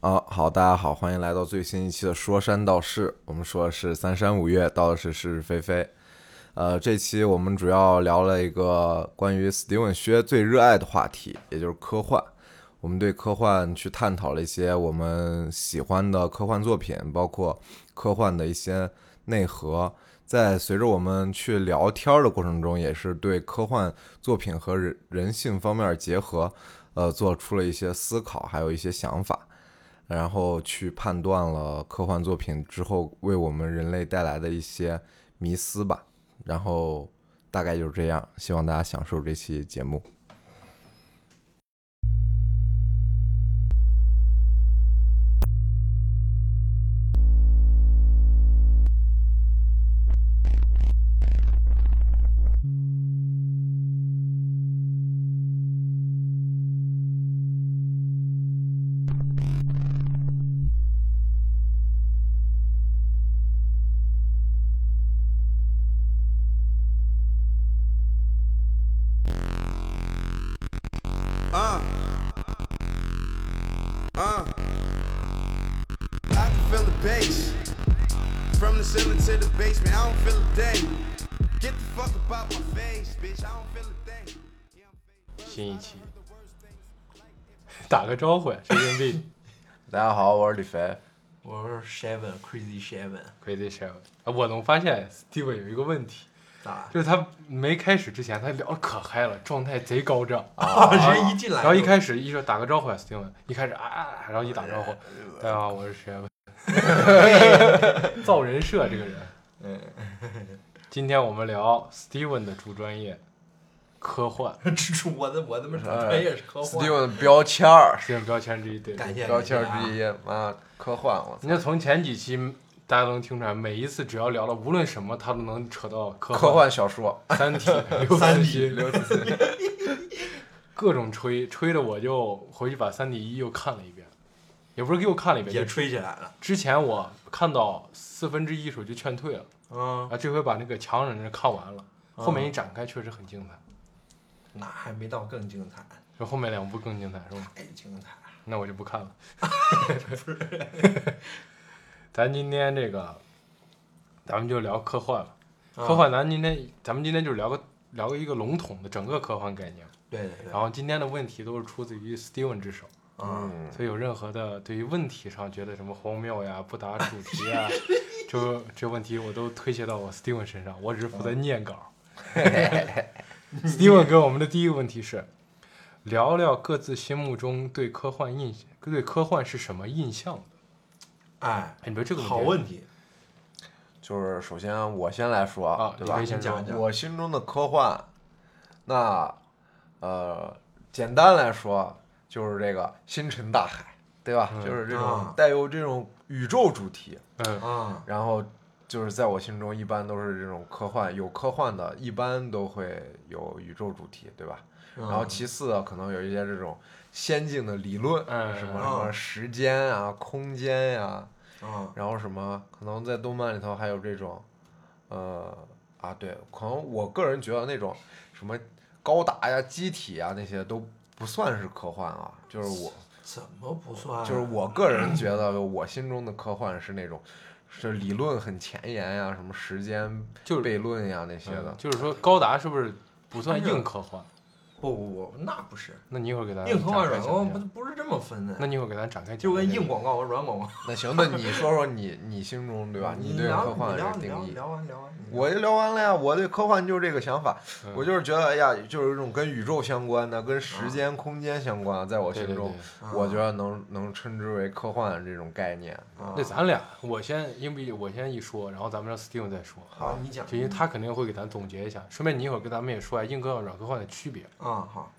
啊，好，大家好，欢迎来到最新一期的《说山道事》，我们说的是三山五岳，道的是是是非非。呃，这期我们主要聊了一个关于斯蒂文·薛最热爱的话题，也就是科幻。我们对科幻去探讨了一些我们喜欢的科幻作品，包括科幻的一些内核。在随着我们去聊天儿的过程中，也是对科幻作品和人人性方面结合，呃，做出了一些思考，还有一些想法。然后去判断了科幻作品之后为我们人类带来的一些迷思吧。然后大概就是这样，希望大家享受这期节目。 Uh. Uh. I can feel the bass. From the ceiling to the basement, I don't feel a thing. Get the fuck about my face, bitch. I don't feel a thing. 新一期，打个招呼呀，神经 病大家好，我是李飞。我是 Seven Crazy Seven， ，Crazy Seven。啊我能发现 Steven 有一个问题，啊，就是他没开始之前，他聊得可嗨了，状态贼高涨。啊人哦啊一进来，然后一，开始一说打个招呼呀，Steven，一开始啊啊，啊然后一打招呼，哎大家好，我是 Seven。造人设这个人。嗯今天我们聊 Steven 的主专业科幻，我的我他妈专业是科幻，的标签儿，这个标签之一。对，感谢啊标签儿之一，一，妈科幻，我你看从前几期大家都能听出来，每一次只要聊了无论什么，他都能扯到科操！科幻小说，三 体、刘三慈体欣、刘慈欣， 各种吹，吹的我就回去把《三体一》又看了一遍，也不是又看了一遍，也就吹起来了，之前我看到四分之一时候就劝退了，嗯，啊，这回把那个强忍着看完了，后面一展开确实很精彩，那还没到更精彩，就后面两部更精彩是吗？太精彩了，那我就不看了。 咱今天这个，咱们就聊科幻了。科幻，咱今天咱们今天就聊个聊个一个笼统的整个科幻概念。对对对，然后今天的问题都是出自于 Steven 之手，嗯，所以有任何的对于问题上觉得什么荒谬呀、不达主题 呀，这这问题我都推卸到我 Steven 身上，我只是负责念 稿。Steven 给我们的第一个问题是，聊聊各自心目中对科幻印对科幻是什么印象的？哎，哎，你说这个好问问题题，就是首先我先来说啊对你吧可以？先讲一讲，我心中的科幻，那呃，简单来说就是这个星辰大海，对吧？就是这种啊带有这种宇宙主题，嗯，嗯，然后就是在我心中一般都是这种科幻，有科幻的一般都会有宇宙主题，对吧？嗯然后其次呢，可能有一些这种先进的理论，嗯什么什嗯么嗯时间啊、空间呀、嗯，然后什么，可能在动漫里头还有这种，呃，啊，对，可能我个人觉得那种什么高达呀、机体呀那些都不算是科幻啊，就是我怎么不算？就是我个人觉得我心中的科幻是那种。是理论很前沿呀，什么时间就是悖论呀那些的嗯，就是说高达是不是不算硬科幻？不不不，那不是那你一会儿给咱硬科幻、展开软讲科幻一不讲不是这么分的那，你一会儿给咱展开讲一讲，就跟硬广告和软广告，那行，那你说说你啊你心中对吧？你对聊科幻你的这聊个你定聊义？聊啊完聊完，你聊我就聊完了呀，我对科幻就是这个想法，嗯我就是觉得哎呀，就是有一种跟宇宙相关的、跟时间、空间相关的，在我嗯对心对中对，嗯我觉得能能称之为科幻这种概念。啊那咱俩，我先，因为我先一说，然后咱们让 Steven 再说，好，你讲就因为他肯定会给咱总结一下，顺便你一会儿跟咱们也说下硬科幻、软科幻的区别。啊，好，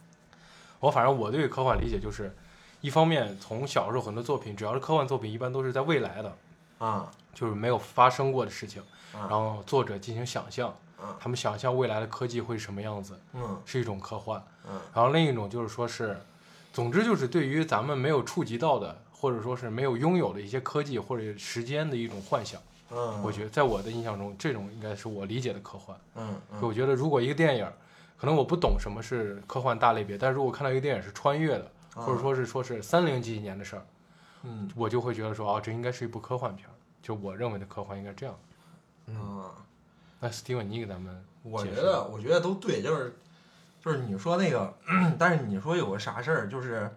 我反正我对科幻理解就是，一方面从小时候很多作品，只要是科幻作品，一般都是在未来的，啊就是没有发生过的事情，啊然后作者进行想象，啊，他们想象未来的科技会是什么样子，嗯是一种科幻。嗯然后另一种就是说是，总之就是对于咱们没有触及到的，或者说是没有拥有的一些科技或者时间的一种幻想。嗯，我觉得在我的印象中，这种应该是我理解的科幻。嗯嗯就我觉得如果一个电影儿，可能我不懂什么是科幻大类别，但是如果看到一个电影是穿越的，或者说是说是三零几几年的事儿，嗯我就会觉得说，哦，这应该是一部科幻片儿，就我认为的科幻应该这样。嗯，那 Steven，你给咱们我解觉释得，我觉得都对，就是就是你说那个， 但是你说有个啥事儿，就是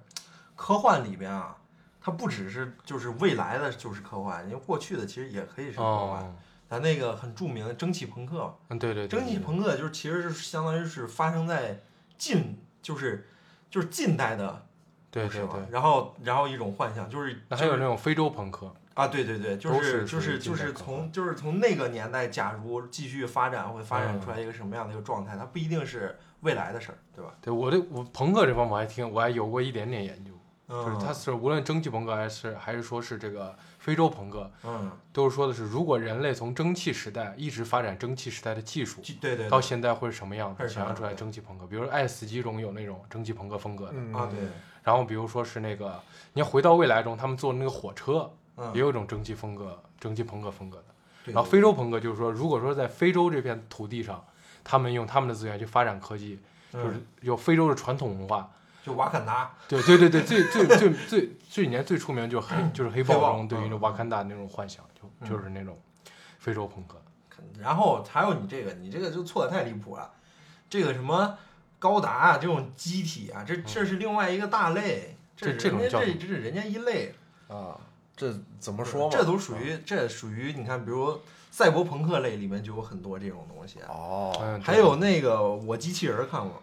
科幻里边啊，它不只是就是未来的就是科幻，因为过去的其实也可以是科幻。哦，咱那个很著名的蒸汽朋克嘛，嗯，对对对，蒸汽对朋克就是其实是相当于是发生在近，就是就是近代的对故事对嘛对，，然后然后一种幻想就是那还有就是那种非洲朋克，啊，对对对，就都是是就属于是近就代是科从幻就是从那个年代，假如继续发展，会发展出嗯来一个什么样的一个状态？它不一定是未来的事儿，对吧？对我对我朋克这方面我还听，我还有过一点点研究，就是嗯它是无论蒸汽朋克还是还是说是这个非洲朋克，嗯，都是说的是如果人类从蒸汽时代一直发展蒸汽时代的技术，就对对到对现在会是什么样会子？是什么想样象出来蒸汽朋克，比如说《爱死机》中有那种蒸汽朋克风格的，嗯啊，对，然后比如说是那个你要回到未来中，他们坐那个火车嗯，也有一种蒸汽风格、蒸汽朋克风格的。对然后对非洲朋克就是说，如果说在非洲这片土地上，他们用他们的资源去发展科技，嗯就是有非洲的传统文化。就瓦坎达，对对对对，最最最最这几年最出名就是黑就是黑黑豹豹中对于嗯那瓦坎达那种幻想，就嗯就是那种非洲朋克。然后还有你这个，你这个就错的太离谱了，这个什么高达啊，这种机体啊，这这是另外一个大类，这这嗯这种人家叫这什么这是人家一类，啊，这怎么说嘛？这都属嗯于这属于你看，比如赛博朋克类里面就有很多这种东西啊。哦，嗯，对还有那个我机器人儿看过，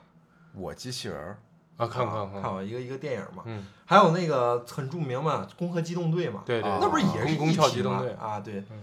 我机器人儿啊，看啊看看看，过一个一个电影嘛，嗯，还有那个很著名嘛，《攻壳机动队》嘛，对对，啊对哦那不是也是宫宫一壳体机动嘛队啊？对嗯，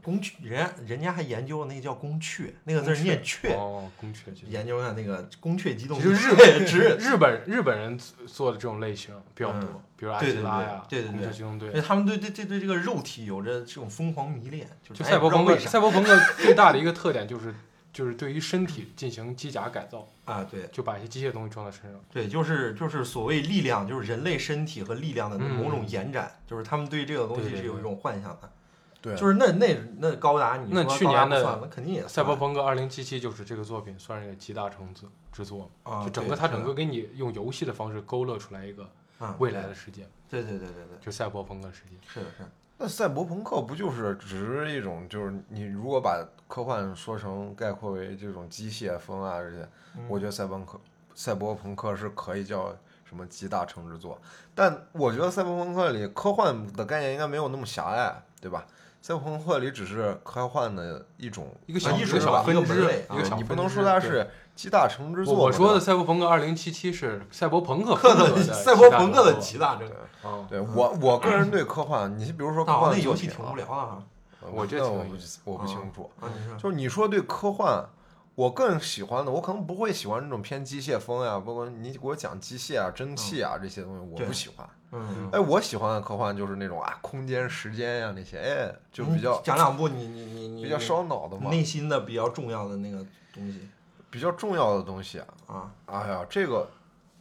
宫雀人家人家还研究了那个叫宫雀，那个字儿宫念雀，哦，宫雀机动队。研究了那个宫雀机动其队，实 日日职，日本日本人做的这种类型比较多嗯，比如阿对基对拉呀、对对对宫对壳机动队因为，他们对对对对这个肉体有着这种疯狂迷恋，就是就咱也赛哎不博知道朋克，为啥赛博朋克最大的一个特点就是就是对于身体进行机甲改造，啊，对就把一些机械东西装在身上。对，就是就是所谓力量，就是人类身体和力量的嗯某种延展，就是他们对这个东对西对是有一对种幻想的，对就是那那那高达，你那说去高达年不的算那肯定也赛博算朋克二零七七就是这个作品算是一个集大成之之作，啊，就整对个它是整的个给你用游戏的方式勾勒出来一个啊未来的世界，对对对对对，就赛博朋克世界。是的是的，那赛博朋克不就是只是一种，就是你如果把科幻说成概括为这种机械风啊这些，嗯我觉得赛博朋克赛博朋克是可以叫什么集大成之作，但我觉得赛博朋克里科幻的概念应该没有那么狭隘，对吧？赛博朋克里只是科幻的一种一个啊小一一种个吧小一个分门支类，啊一个对小你不分能支说它对是集大成之我作嘛。我说的对吧赛博朋克二零七七是赛博朋克克风格的的 赛博集大朋克的嗯成极大争，哦，对我我个人对科幻，你比如说科大王幻那作游戏品挺啊无聊的哈呃我觉得那挺我有不意我不啊清楚。啊，你说就是你说对科幻，我更喜欢的，我可能不会喜欢这种偏机械风呀、包括你给我讲机械啊、蒸汽啊这些东西，我嗯对不喜欢。嗯，哎，我喜欢的科幻就是那种啊，空间、时间呀、那些，哎，就比较你讲两部你你你你比较嗯你烧脑的嘛，内心的比较重要的那个东西比较重要的东西啊。啊，哎呀，这个，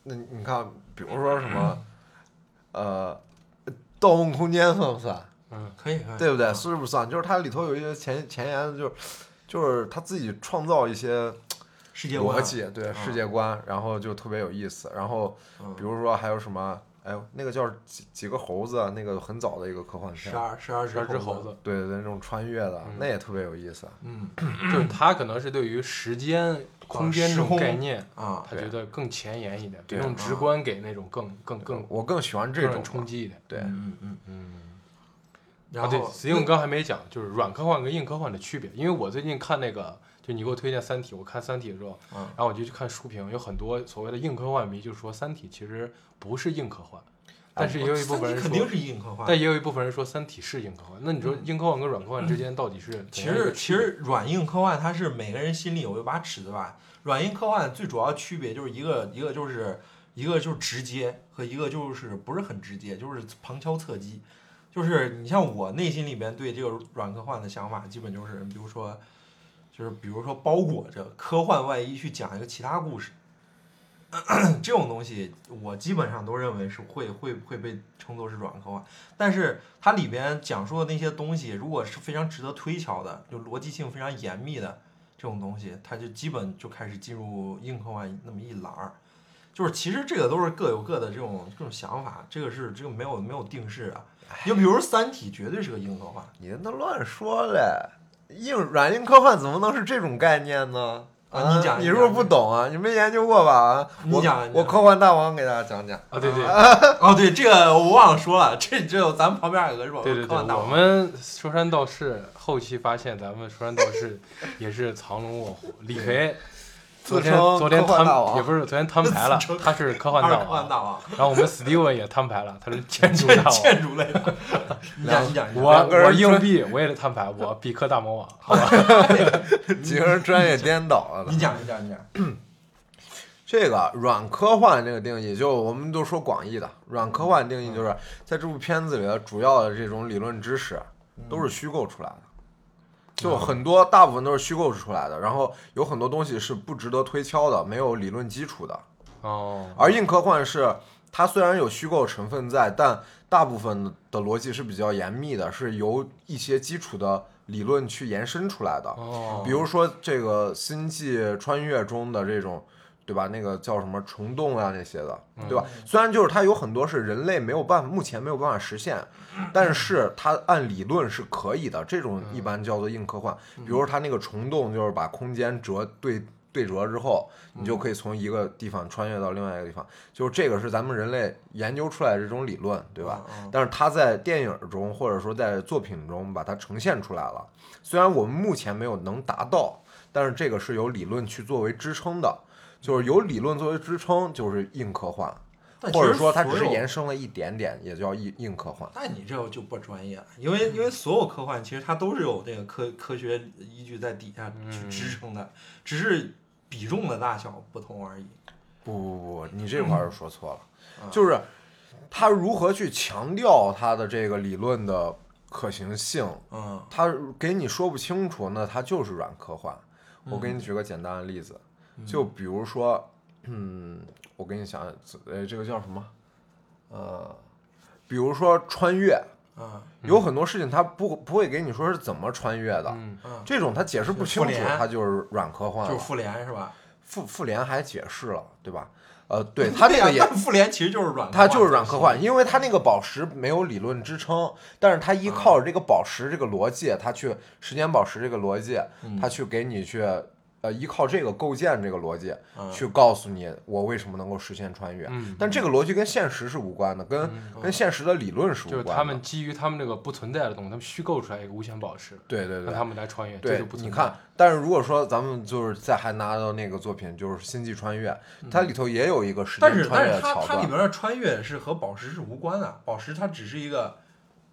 那你看，比如说什么，呃，《盗梦空间》算不算？嗯，可以可以，对不对？啊是不算？就是它里头有一些前前言，就是就是他自己创造一些世界观逻，辑，对世界观，然后就特别有意思。然后嗯比如说还有什么，哎呦，那个叫几几个猴子啊，那个很早的一个科幻片十，二十二十二只猴子，子，对对对，那种穿越的，那也特别有意思。嗯就是他可能是对于时间、空间啊时这种空概念，啊，他觉得更前沿一点，比对那种直观给那种更更更我更喜欢这让种人冲的，击一点。对，嗯嗯嗯，啊，然对后子英刚还没讲，就是软科幻跟硬科幻的区别。因为我最近看那个，就你给我推荐《三体》，我看《三体》的时候，嗯然后我就去看书评，有很多所谓的硬科幻迷就说《三体》其实不是硬科幻，但是也有一部分人啊肯说，定是硬科幻，但也有一部分人说《三体》是硬科幻。那你说硬科幻跟软科幻之间到底是怎样其一个实区其别实软硬科幻它是每个人心里有一把尺子吧。软硬科幻最主要区别就是一个一个就是一个就是直接和一个就是不是很直接，就是旁敲侧击。就是你像我内心里边对这个软科幻的想法，基本就是比如说，就是比如说包裹着科幻外衣去讲一个其他故事， 这种东西我基本上都认为是会会会被称作是软科幻。但是它里边讲述的那些东西，如果是非常值得推敲的，就逻辑性非常严密的这种东西，它就基本就开始进入硬科幻那么一栏儿。就是其实这个都是各有各的这种这种想法，这个是这个没有没有定式啊。你就比如《三体》，绝对是个硬科幻。你那乱说嘞！硬软硬科幻怎么能是这种概念呢？啊你讲你你是不是讲不懂啊？你没研究过吧？啊，你我讲你我讲科幻大王给大家 讲讲。啊，对对哦，对，这个我忘了说了，这这咱们旁边有个是吧？对对科幻对，大我王们说山道士后期发现，咱们说山道士 也是藏龙卧虎。李逵昨天自称昨天科幻大摊王也不是昨天摊牌了自称，他是科幻他是大科幻王。大王，然后我们 Steven 也摊牌了，他是建筑建大王。建筑类的。你讲你讲，你讲我两个人我硬专币我也得摊牌，我比克大魔王，好吧？几个人专业颠倒了。你讲你讲你讲，这个软科幻这个定义，就我们都说广义的软科幻定义，就是在这部片子里的主要的这种理论知识都是虚构出来的，就很多大部分都是虚构出来的，然后有很多东西是不值得推敲的，没有理论基础的。哦，而硬科幻是它虽然有虚构成分在，但大部分的逻辑是比较严密的，是由一些基础的理论去延伸出来的。哦，比如说这个《星际穿越》中的这种，对吧？那个叫什么虫洞啊那些的，对吧？虽然就是它有很多是人类没有办法，目前没有办法实现，但是它按理论是可以的。这种一般叫做硬科幻。比如它那个虫洞，就是把空间折对。对折之后，你嗯就可以从一个地方穿越到另外一个地方，就是这个是咱们人类研究出来的这种理论，对吧？嗯但是它在电影中或者说在作品中把它呈现出来了，虽然我们目前没有能达到，但是这个是有理论去作为支撑的，就是有理论作为支撑，就是硬科幻，但其或者实说它所只是有延伸了一点点，也叫硬硬科幻。那你这就不专业了，因为因为所有科幻其实它都是有这个科科学依据在底下去支撑的，只是比重的大小不同而已。不不不，你这块儿说错了，嗯就是它如何去强调它的这个理论的可行性，嗯，它给你说不清楚，那它就是软科幻。我嗯给你举个简单的例子，就比如说，嗯，我给你想，呃，这个叫什么？呃，比如说穿越，啊，有很多事情它不不会给你说是怎么穿越的，嗯嗯这种它解释不清楚复，联它就是软科幻就了。是复联是吧？复复联还解释了，对吧？呃， 对，它这对呀个也但复联其实就是软科幻，它就是软科幻，因为它那个宝石没有理论支撑，但是它嗯依靠着这个宝石这个逻辑，它去时间宝石这个逻辑，嗯它去给你去呃依靠这个构建这个逻辑，嗯去告诉你我为什么能够实现穿越。嗯但这个逻辑跟现实是无关的，跟、跟现实的理论是无就关是的。他们基于他们这个不存在的东西，他们虚构出来一个无限宝石，对对让对，他们来穿越，这对就不，你存在。看，但是如果说咱们就是再还拿到那个作品，就是《星际穿越》，嗯它里头也有一个时但间是穿但越是的它桥它里段，边的穿越是和宝石是无关的，宝石它只是一个，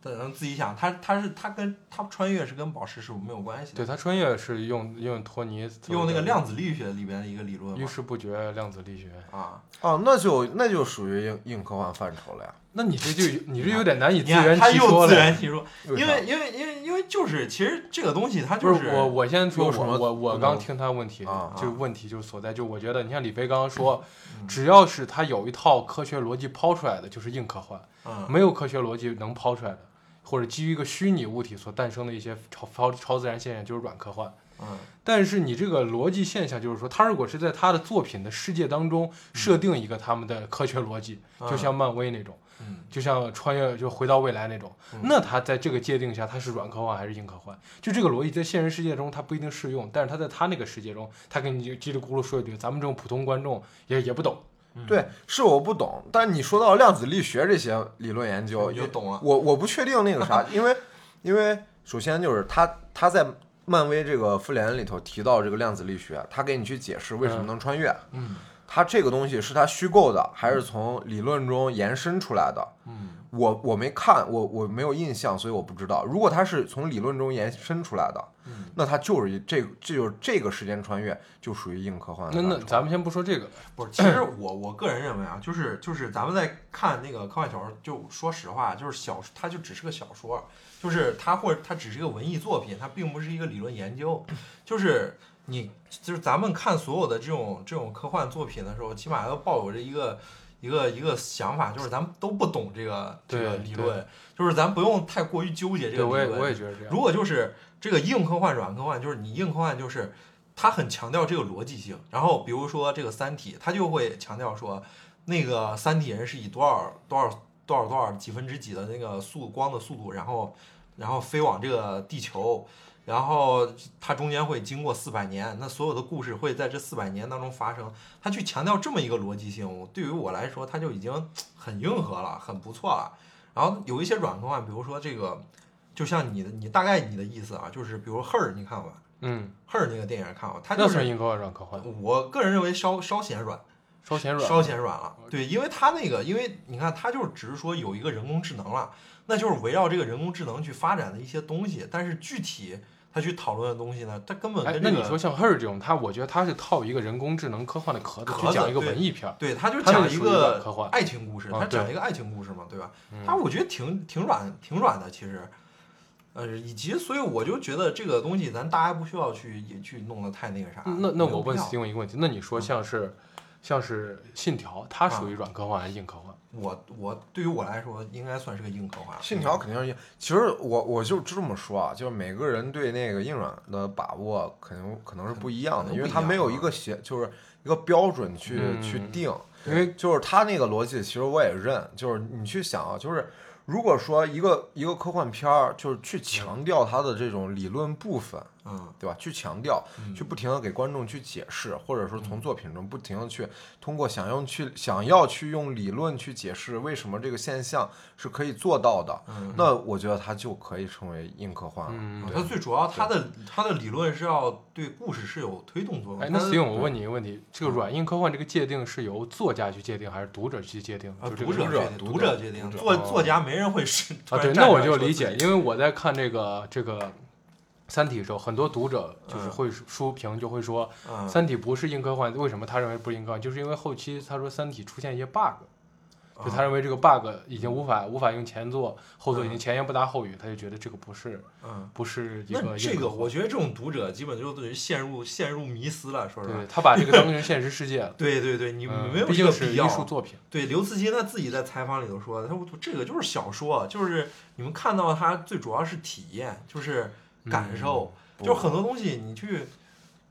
等咱们自己想，它它是它跟它穿越是跟宝石是没有关系的，对他穿越是用用托尼用那个量子力学里边的一个理论遇嘛。事不决量子力学。啊，哦，那就那就属于硬硬科幻范畴了呀。那你这就 你这有点难以你自圆看他其说又了自呀。圆其说，为因啥为因为因为因为就是其实这个东西它不就是我，我先说有什么我我嗯我不刚能听他问题啊，就是问题就是所在，就我觉得你像李飞刚 刚说，嗯只要是他有一套科学逻辑抛出来的，就是硬科幻，嗯没有科学逻辑能抛出来的，或者基于一个虚拟物体所诞生的一些超超超自然现象，就是软科幻。嗯但是你这个逻辑现象，就是说，他如果是在他的作品的世界当中设定一个他们的科学逻辑，嗯就像漫威那种，嗯就像穿越就回到未来那种，那他在这个界定下，他是软科幻还是硬科幻？就这个逻辑在现实世界中它不一定适用，但是他在他那个世界中，他给你叽里咕噜说一堆，咱们这种普通观众也也不懂。对，是我不懂，但是你说到量子力学这些理论研究，你就懂了我我不确定那个啥，因为因为首先就是他他在漫威这个复联里头提到这个量子力学，他给你去解释为什么嗯能穿越。嗯，它这个东西是它虚构的，还是从理论中延伸出来的？嗯，我我没看，我我没有印象，所以我不知道。如果它是从理论中延伸出来的，嗯那它就是一这这就是这个时间穿越就属于硬科啊幻的那范畴。那咱们先不说这个，不是，其实我我个人认为啊，就是就是咱们在看那个科幻小说，就说实话，就是小它就只是个小说，就是它或者它只是一个文艺作品，它并不是一个理论研究。就是你就是咱们看所有的这种这种科幻作品的时候，起码要抱有着一个一个一个想法，就是咱们都不懂这个这个对理论，就是咱不用太过于纠结对这个理我也论。我也觉得这样。如果就是这个硬科幻、软科幻，就是你硬科幻就是他很强调这个逻辑性。然后比如说这个《三体》，他就会强调说，那个三体人是以多少多少多少多少几分之几的那个速光的速度，然后然后飞往这个地球，然后它中间会经过四百年，那所有的故事会在这四百年当中发生。他去强调这么一个逻辑性，我对于我来说，他就已经很硬核了，很不错了。然后有一些软科幻，比如说这个，就像你的你大概你的意思啊，就是比如《Her》，你看过吧？嗯， 《Her》那个电影看过，它那就算是硬科幻软科幻，我个人认为稍稍显软，稍显软，稍显软了。对，因为它那个，因为你看，它就是只是说有一个人工智能了，那就是围绕这个人工智能去发展的一些东西，但是具体它去讨论的东西呢，它根本哎，跟那这个、你说像 Her 这种，它我觉得它是套一个人工智能科幻的壳子，壳去讲子一个对文艺片儿，对，他就它那讲个一属于软科个幻爱情故事，啊他讲对一个爱情故事嘛，对吧嗯？他我觉得挺挺软，挺软的，其实，呃，以及所以我就觉得这个东西咱大家不需要去也去弄得太那个啥。那那啊没有嗯我问必要 Steven 一个问题，那你说像是像是《信条》，它属啊于软科幻还是硬科嗯幻？我我对于我来说应该算是个硬科幻。信条肯定是硬，其实我我就这么说啊，就是每个人对那个硬软的把握肯定可能是不一样可的，能因为不它一样没有啊一个协，就是一个标准去、去嗯定。因为就是他那个逻辑，其实我也认。就是你去想啊，就是如果说一个一个科幻片儿，就是去强调它的这种理论部分，嗯，对吧？去强调，嗯去不停的给观众去解释，或者说从作品中不停的去通过想用去想要去用理论去解释为什么这个现象是可以做到的。嗯那我觉得它就可以成为硬科幻了。嗯，它最主要它的它的理论是要对故事是有推动作用。哎，那它 Steven，我问你一个问题，这个嗯软硬科幻这个界定是由作家去界定还是读者去界定？啊，就这读个者东西决定读者读者决定，读者作哦作家没人会是啊，对，那我就理解，。因为我在看这个这个《三体》的时候，很多读者就是嗯会书评就会说，突然《站出来说自己三体》不是硬科幻，为什么他认为不是硬科幻？就是因为后期他说《三体》出现一些 bug，嗯就他认为这个 bug 已经无法无法用前作后作已经嗯前言不搭后语，他就觉得这个不是嗯嗯，不是一那个这硬科个，幻我觉得这种读者基本就是陷入陷入迷思了，说实话，对。他把这个当成现实世界了对对 对，你嗯没有毕这竟个是必艺要。术作品，对刘慈欣他自己在采访里头说，他说这个就是小说，就是你们看到它最主要是体验，就是感受，嗯就是很多东西你去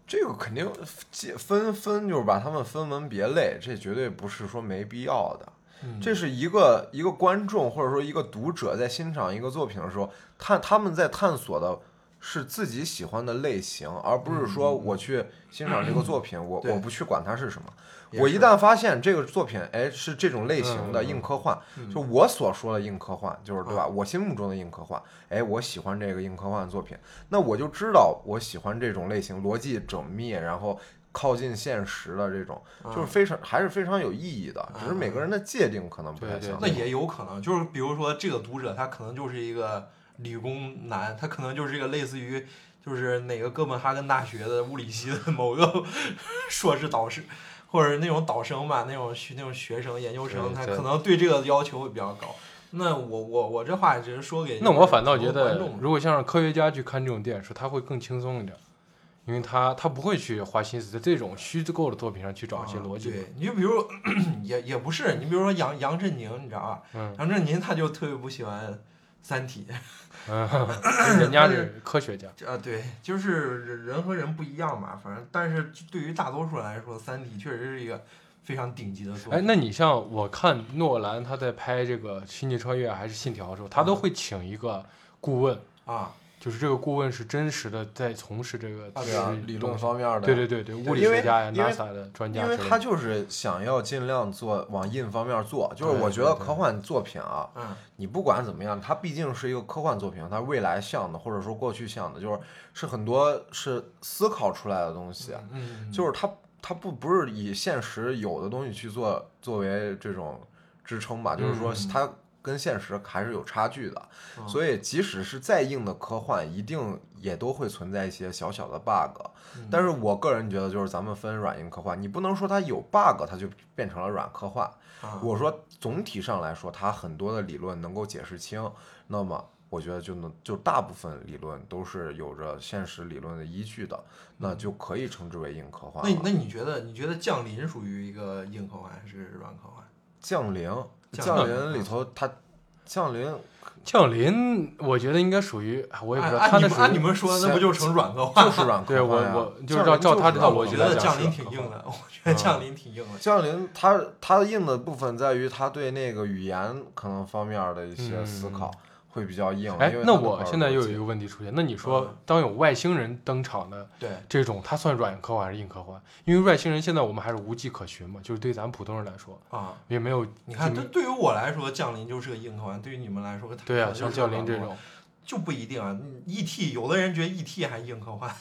这个肯定界分分就是把它们分门别类，这绝对不是说没必要的。嗯嗯这是一个一个观众或者说一个读者在欣赏一个作品的时候，探他们在探索的是自己喜欢的类型，而不嗯是说我去欣赏这个作品，我对我不去管它是什么。也我一是旦发现这个作品，哎，是这种类型的嗯嗯嗯硬科幻，就我所说的硬科幻，就是对吧？我心目中的硬科幻，哎，我喜欢这个硬科幻作品，那我就知道我喜欢这种类型，逻辑缜密，然后靠近现实的这种，就是非常还是非常有意义的，只是每个人的界定可能不太对对相那同。也有可能，就是比如说这个读者他可能就是一个理工男，他可能就是一个类似于就是哪个哥本哈根大学的物理系的某个 硕士导师，或者那种导生吧，那种学那种学生研究生，对他对可能对这个要求会比较高。那我我我这话只是说给那我反倒很觉多得观众，如果像是科学家去看这种电影时，他会更轻松一点，因为他他不会去花心思在这种虚构的作品上去找一些啊逻辑。对，你就比如 也也不是，你比如说杨杨振宁，你知道吧？嗯杨振宁他就特别不喜欢《三体》，嗯，人家是科学家，啊，对，就是人人和人不一样嘛，反正，但是对于大多数人来说，《三体》确实是一个非常顶级的作哎，品。那你像我看诺兰他在拍这个《星际穿越》还是《信条》的时候，他嗯都会请一个顾问，啊，就是这个顾问是真实的在从事这个啊对啊这个，理论方面的，对对对对，物理因为学家呀、因为 NASA 的专家因之为类他的。就是想要尽量做往硬方面做，就是对我觉得对对科幻作品啊，嗯，你不管怎么样，它毕竟是一个科幻作品，它未来向的或者说过去向的，就是是很多是思考出来的东西，嗯，就是它它不不是以现实有的东西去做作为这种支撑吧，就是说嗯它跟现实还是有差距的，嗯所以即使是再硬的科幻，一定也都会存在一些小小的 bug。嗯但是我个人觉得，就是咱们分软硬科幻，你不能说它有 bug，它就变成了软科幻。啊我说总体上来说，它很多的理论能够解释清，那么我觉得就能就大部分理论都是有着现实理论的依据的，那就可以称之为硬科幻那了。那你觉得，你觉得《降临》啊属于一个硬科幻还是软科幻？降临，降降临嗯临里头它降临降临，我觉得应该属于，我也不知道，按他按你那们属啊按你于，们说，那不就成软科幻？就是软科幻、啊。 对我我就是降照临照就他是软这套科逻我幻辑觉来得讲降是临吧挺硬的，我觉嗯得降临挺硬的。降临它它的硬的部分在于它对那个语言可能方面的一些思考会比较硬。嗯哎因为，那它我块儿现在逻又有辑一个问题出现，那你说，当有外星人登场的对，这种，它算软科幻还是硬科幻？因为外星人现在我们还是无迹可寻嘛，就是对咱们普通人来说，啊，也没有你看，就这对于我来说，降临就是个硬科幻；对于你们来说，它对啊，可能就像是降临这软科种，幻就不一定啊。E.T. 有的人觉得 E.T. 还硬科幻，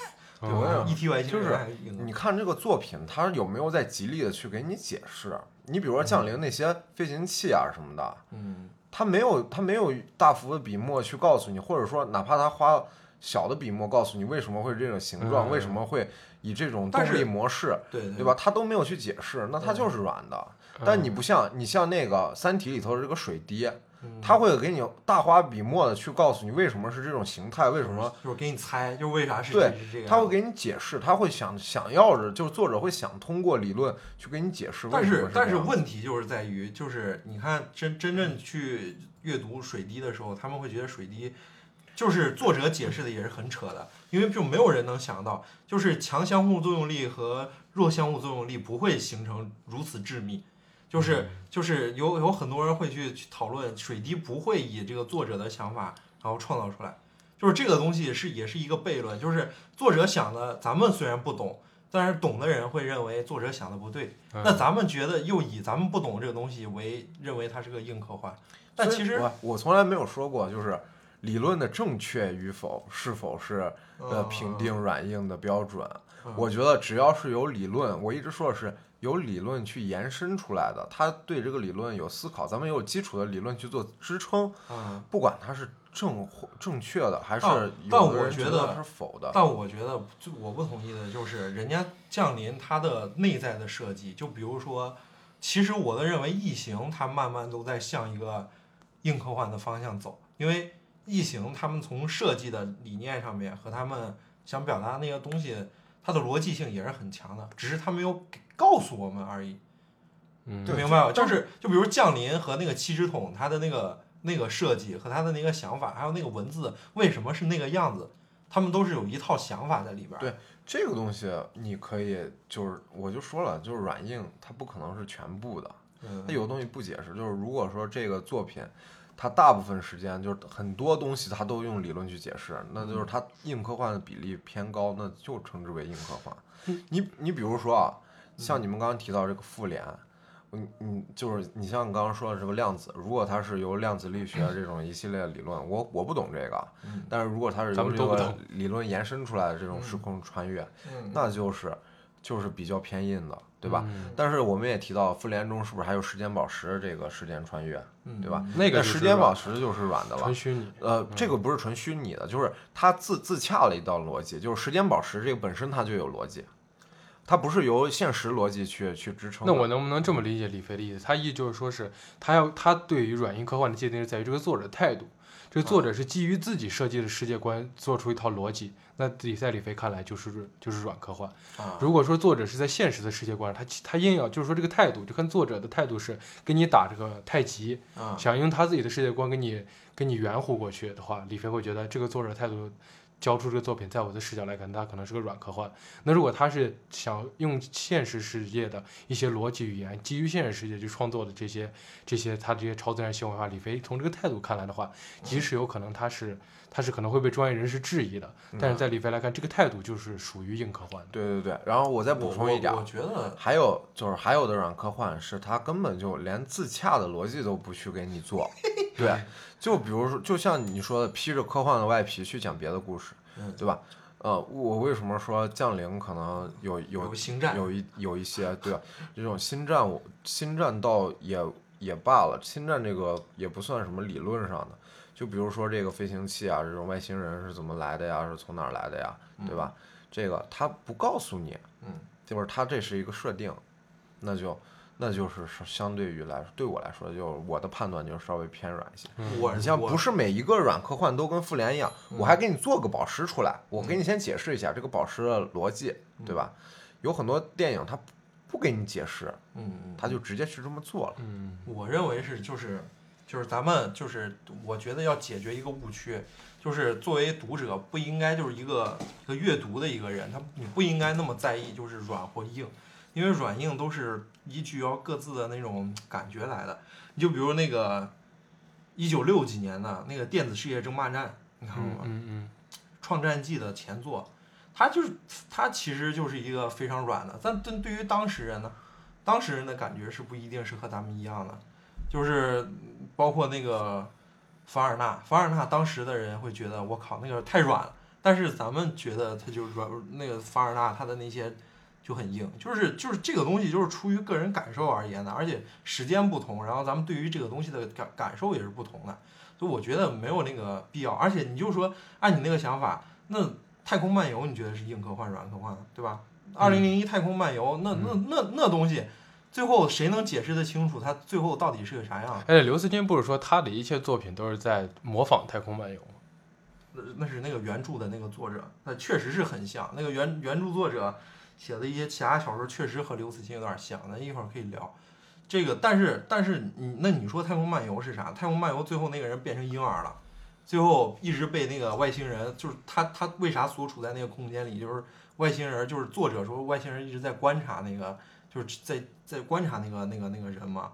对我也吧嗯？E.T. 外星就是人还硬科你幻。看这个作品，它有没有在极力的去给你解释？你比如说降临那些飞行器啊什么的，嗯，它没有它没有大幅的笔墨去告诉你，或者说哪怕它花小的笔墨告诉你为什么会这种形状，嗯为什么会以这种但动是力模式，对对对吧？？它都没有去解释，那它就是软的。嗯但你不像你像那个《三体》里头的这个水滴，嗯它会给你大花笔墨的去告诉你为什么是这种形态，为什么就是给你猜，就是为啥是对是这个样子？他会给你解释，他会想想要着，就是作者会想通过理论去给你解释为但什么是但这是样问题就是在于，就是你看真真正去阅读水滴的时候，他们会觉得水滴就是作者解释的也是很扯的，因为就没有人能想到，就是强相互作用力和弱相互作用力不会形成如此致密。就是就是有有很多人会去去讨论水滴不会以这个作者的想法然后创造出来，就是这个东西是也是一个悖论，就是作者想的咱们虽然不懂，但是懂的人会认为作者想的不对，嗯 那咱们觉得又以咱们不懂这个东西为认为它是个硬科幻，但所以其实我我从来没有说过，就是理论的正确与否是否是呃评定软硬的标准。嗯我觉得只要是有理论，我一直说的是有理论去延伸出来的，他对这个理论有思考，咱们有基础的理论去做支撑，啊，不管它是正或正确的还是但但有的我人觉觉得它是否的。但我觉得就我不同意的就是人家降临它的内在的设计，就比如说，其实我的认为异形它慢慢都在向一个硬科幻的方向走，因为异形他们从设计的理念上面和他们想表达那个东西，它的逻辑性也是很强的，只是他没有给告诉我们而已。嗯，对明白吗？就是就比如降临和那个七只桶，它的那个那个设计和它的那个想法，还有那个文字为什么是那个样子，他们都是有一套想法在里边儿。对这个东西你可以就是我就说了，就是软硬它不可能是全部的，嗯，它有东西不解释。就是如果说这个作品，它大部分时间就是很多东西它都用理论去解释，那就是它硬科幻的比例偏高，那就称之为硬科幻。嗯你你比如说啊，像你们刚刚提到这个复联。你你就是你像你刚刚说的这个量子，如果它是由量子力学这种一系列的理论，我我不懂这个，嗯但是如果它是咱由们这都不个懂理论延伸出来的这种时空穿越，嗯那就是就是比较偏硬的，对吧？嗯但是我们也提到，复联中是不是还有时间宝石这个时间穿越，嗯对吧？那个但就是时间软宝石就是软的了纯。虚拟，呃，这个不是纯虚拟的，就是它自自洽了一道逻辑，就是时间宝石这个本身它就有逻辑，它不是由现实逻辑去去支撑那的。我能不能这么理解李飞的意思？他意就是说是他要他对于软硬科幻的界定是在于这个作者态度，这个作者是基于自己设计的世界观做出一套逻辑，那李在李飞看来就是就是软科幻。啊，如果说作者是在现实的世界观上，他他硬要就是说这个态度，就看作者的态度是跟你打这个太极，啊想用他自己的世界观跟你跟你圆乎过去的话，李飞会觉得这个作者态度。交出这个作品，在我的视角来看，他可能是个软科幻。那如果他是想用现实世界的一些逻辑语言，基于现实世界去创作的这些这些他这些超自然行为的话，李飞从这个态度看来的话，即使有可能他是他是可能会被专业人士质疑的，但是在李飞来看，这个态度就是属于硬科幻的。对对对，然后我再补我充一点我，我觉得还有就是还有的软科幻是它根本就连自洽的逻辑都不去给你做，对，就比如说就像你说的披着科幻的外皮去讲别的故事嗯，对吧？呃，我为什么说降临可能有有有星战有一有一些对吧？这种星战我星战倒也也罢了，星战这个也不算什么理论上的，就比如说这个飞行器啊，这种外星人是怎么来的呀？是从哪儿来的呀？对吧？这个他不告诉你，嗯，就是他这是一个设定，那就那就是是相对于来对我来说，就是我的判断就是稍微偏软一些。我嗯你像我不是每一个软科幻都跟复联一样，我还给你做个宝石出来，我给你先解释一下这个宝石的逻辑，对吧？有很多电影它不不给你解释，嗯，它就直接去这么做了。嗯，我认为是就是就是咱们就是我觉得要解决一个误区，就是作为读者不应该就是一个一个阅读的一个人，他你不应该那么在意就是软或硬，因为软硬都是依据要各自的那种感觉来的。你就比如那个一九六几年的那个电子世界争霸战，你看过吗？嗯嗯创战记的前作，它就是它其实就是一个非常软的，但对对于当事人呢，当事人的感觉是不一定是和咱们一样的，就是包括那个凡尔纳，凡尔纳当时的人会觉得我靠那个太软了，但是咱们觉得他就是软，那个凡尔纳他的那些。就很硬，就是就是这个东西就是出于个人感受而言的，而且时间不同，然后咱们对于这个东西的感感受也是不同的，所以我觉得没有那个必要。而且你就说按你那个想法，那《太空漫游》你觉得是硬科幻、软科幻，对吧？二零零一《太空漫游》那那那那东西，最后谁能解释得清楚它最后到底是个啥样嗯。？而且刘慈欣不是说他的一切作品都是在模仿《太空漫游》吗？那那是那个原著的那个作者，那确实是很像。那个原原著作者写的一些其他小说，确实和刘慈欣有点像。咱一会儿可以聊这个，但是但是你那你说《太空漫游》是啥？《太空漫游》最后那个人变成婴儿了，最后一直被那个外星人，就是他他为啥所处在那个空间里？就是外星人，就是作者说外星人一直在观察那个，就是在在观察那个那个那个人嘛。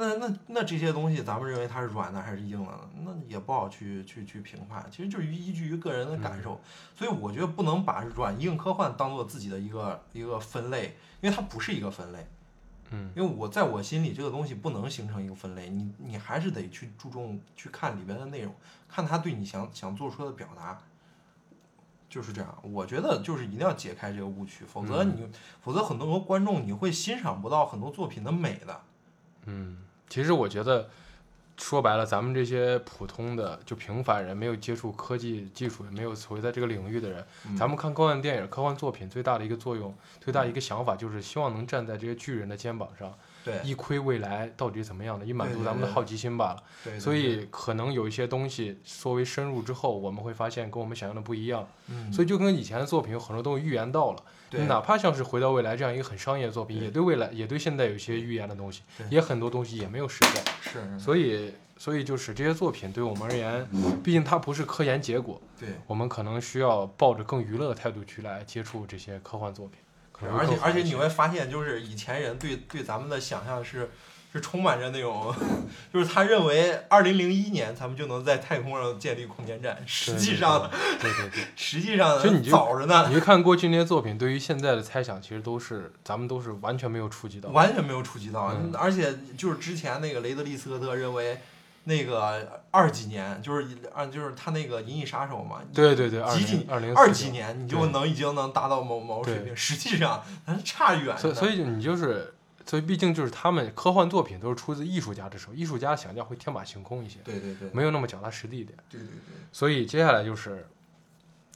那那那这些东西，咱们认为它是软的还是硬的呢？那也不好去去去评判，其实就是依据于个人的感受。所以我觉得不能把软硬科幻当做自己的一个一个分类，因为它不是一个分类。嗯，因为我在我心里这个东西不能形成一个分类，你你还是得去注重去看里边的内容，看他对你想想做出的表达，就是这样。我觉得就是一定要解开这个误区，否则你、否则很多观众你会欣赏不到很多作品的美的。嗯，其实我觉得说白了，咱们这些普通的就平凡人，没有接触科技技术，也没有所谓在这个领域的人，嗯咱们看科幻电影、科幻作品最大的一个作用，最大一嗯个想法就是希望能站在这些巨人的肩膀上，对一窥未来到底怎么样的，以满对足对咱们的对好奇心罢了。对对所以可能有一些东西稍微深入之后，我们会发现跟我们想象的不一样。嗯，所以就跟以前的作品有很多都预言到了，对哪怕像是《回到未来》这样一个很商业的作品，也对未来也对现在有一些预言的东西，对也很多东西也没有实现。是所以，所以就是这些作品对我们而言，毕竟它不是科研结果，对。我们可能需要抱着更娱乐的态度去来接触这些科幻作品。可能而更且好而且一些你会发现，就是以前人对对咱们的想象是是充满着那种， 就是他认为二零零一年咱们就能在太空上建立空间站，实际上对对对，实际上其实你就早着呢，你一看过去那些作品，对于现在的猜想，其实都是咱们都是完全没有触及到的。完全没有触及到。嗯而且就是之前那个雷德利·斯科特认为。那个二几年，就是啊，就是他那个《银翼杀手》嘛，对对对，二几几零二零二几，年你就对能已经能达到某某水对平，实际上咱差远所以了。所以你就是。所以，毕竟就是他们科幻作品都是出自艺术家之手，艺术家想象会天马行空一些，对对对，没有那么脚踏实地一点。对对对，所以接下来就是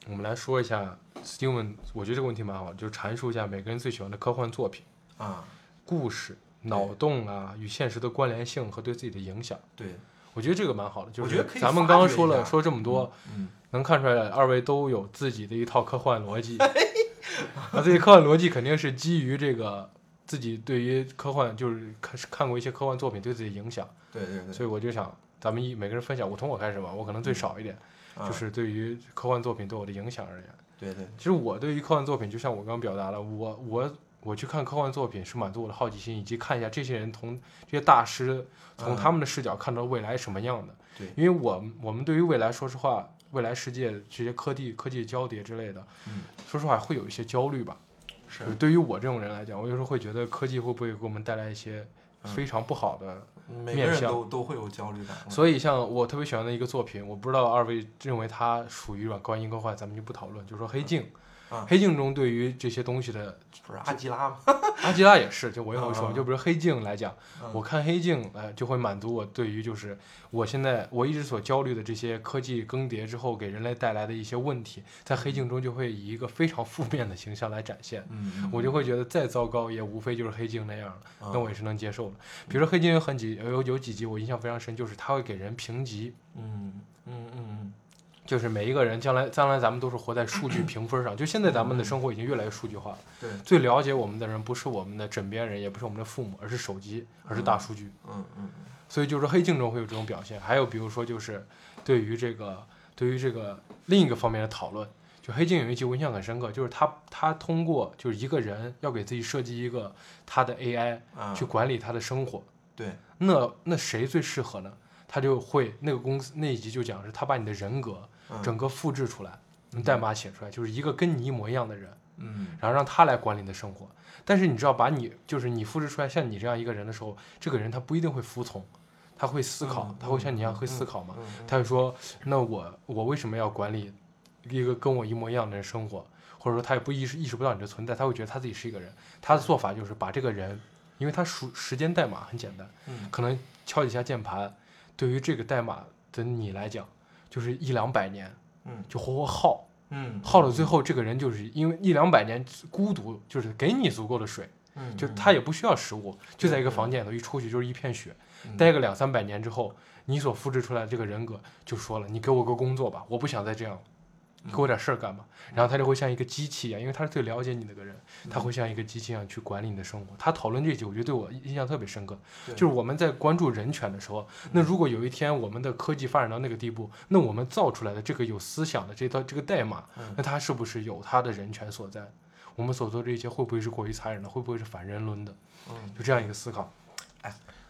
我们来说一下 Steven，我觉得这个问题蛮好，就是阐述一下每个人最喜欢的科幻作品、啊，故事、脑洞啊与现实的关联性和对自己的影响。对，我觉得这个蛮好的，就我觉是得可以咱们刚刚发掘一说了下说这么多，嗯，能看出来二位都有自己的一套科幻逻 辑，啊，这些科幻逻辑肯定是基于这个自己对于科幻就是看看过一些科幻作品对自己的影响，对对对，所以我就想咱们一每个人分享，我从我开始吧，我可能最少一点，啊就是对于科幻作品对我的影响而言，对对其实我对于科幻作品，就像我刚表达了，我我我去看科幻作品是满足我的好奇心，以及看一下这些人从这些大师从嗯他们的视角看到未来什么样的。对因为我们我们对于未来，说实话，未来世界这些科技科技交叠之类的，嗯说实话会有一些焦虑吧。是就对于我这种人来讲，我有时候会觉得科技会不会给我们带来一些嗯非常不好的。每面个人向都都会有焦虑感。所以，像我特别喜欢的一个作品，我不知道二位认为它属于软科幻、硬科幻，咱们就不讨论，就说《黑镜》啊黑镜》中对于这些东西的不是阿基拉吗？阿基拉也是，就我一会儿嗯说，嗯就比如黑镜来讲，嗯我看黑镜，呃，就会满足我对于就是我现在我一直所焦虑的这些科技更迭之后给人类带来的一些问题，在黑镜中就会以一个非常负面的形象来展现。嗯我就会觉得再糟糕也无非就是黑镜那样了，嗯那我也是能接受的。比如说黑镜有很几有有几集我印象非常深，就是它会给人评级，嗯嗯嗯就是每一个人将来将来咱们都是活在数据评分上，就现在咱们的生活已经越来越数据化了。对最了解我们的人不是我们的枕边人，也不是我们的父母，而是手机，而是大数据。嗯嗯，所以就是黑镜中会有这种表现。还有比如说就是对于这个对于这个另一个方面的讨论，就黑镜有一集我印象很深刻，就是他他通过就是一个人要给自己设计一个他的 AI 啊去，管理他的生活，对，那那谁最适合呢？他就会那个公司那一集就讲是他把你的人格嗯整个复制出来，用代码写出来，就是一个跟你一模一样的人，嗯然后让他来管理你的生活。但是你知道，把你就是你复制出来像你这样一个人的时候，这个人他不一定会服从，他会思考，嗯他会像你一样会思考嘛？嗯嗯他会说，那我我为什么要管理一个跟我一模一样的人生活？或者说他也不意识意识不到你的存在，他会觉得他自己是一个人。他的嗯做法就是把这个人，因为他数时间代码很简单，嗯可能敲几下键盘，对于这个代码的你来讲，就是一两百年，嗯就活活耗，嗯耗到最后，这个人就是因为一两百年孤独，就是给你足够的水，嗯，就他也不需要食物，就在一个房间里头，一出去就是一片雪，嗯待个两三百年之后，你所复制出来的这个人格就说了，你给我个工作吧，我不想再这样了。你嗯给我点事儿干吧，然后他就会像一个机器一样，因为他是最了解你那个人，嗯他会像一个机器一样去管理你的生活。他讨论这集，我觉得对我印象特别深刻，对就是我们在关注人权的时候，那嗯如果有一天我们的科技发展到那个地步，那我们造出来的这个有思想的这套这个代码，嗯那它是不是有它的人权所在？我们所做这一切会不会是过于残忍的？会不会是反人伦的？ 嗯就这样一个思考。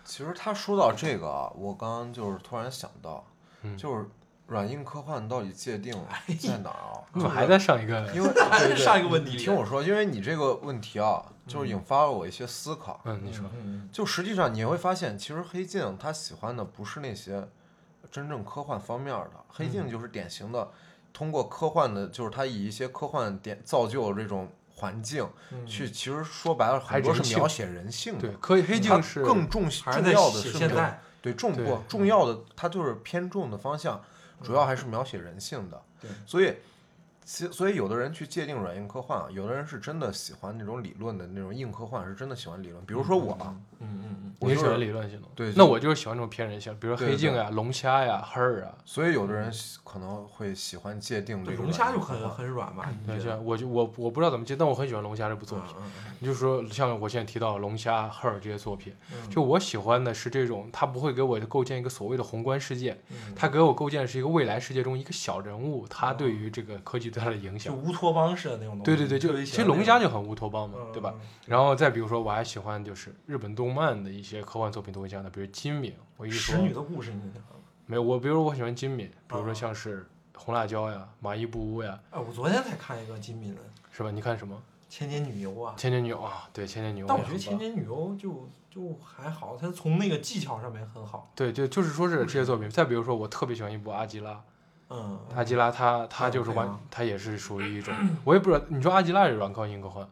其实他说到这个啊，我刚刚就是突然想到，嗯就是软硬科幻到底界定在哪 儿啊？你怎么还在上一个？ 因为还对是对上一个问啊你题，听我说，因为你这个问题啊，就是引发了我一些思考。嗯，你说，嗯，就实际上你会发现，其实黑镜他喜欢的不是那些真正科幻方面的，黑嗯镜就是典型的通过科幻的，就是他以一些科幻点造就这种环境，嗯去其实说白了还很多是人性描写人性的对，。科黑嗯它镜是更重还是重在要的写是现描代，嗯对重对不重要的，它就是偏重的方向，主要还是描写人性的。对所以，其所以有的人去界定软硬科幻啊，有的人是真的喜欢那种理论的那种硬科幻，是真的喜欢理论。比如说我啊，嗯嗯嗯，我你就喜欢是理论性的，对那我就是喜欢这种偏人性，比如说对黑镜啊、龙虾呀、黑儿啊。所以有的人喜可能会喜欢界定这对个龙虾软就硬科很幻很软吧，你嗯对，觉就得？我就我我不知道怎么接，但我很喜欢龙虾这部作品。嗯嗯你就说像我现在提到龙虾、赫尔这些作品，嗯就我喜欢的是这种，他不会给我构建一个所谓的宏观世界，嗯他给我构建的是一个未来世界中一个小人物，他对于这个科技对他的影就响。乌托邦式的那种东西，对对对，就特别其喜实欢龙那虾种就很乌托邦嘛，对吧？？嗯然后再比如说，我还喜欢就是日本动漫的一些科幻作品都会这样的，比如金敏，我一说使嗯女的故事，你看没有我，比如我喜欢金敏，比如啊说像是红辣椒呀、麻衣布屋呀，哎，我昨天才看一个金敏的《是吧？你看什么？千年女优》啊，千年女优啊，对，千年女优也但很我棒。觉得《千年女优》就就还好，她从那个技巧上面很好，对对，就是说是这些作品。再比如说，我特别喜欢一部《阿基拉》，嗯，阿基拉他他嗯就是对完啊，他也是属于一种，我也不知道，你说阿基拉也软抗硬科幻，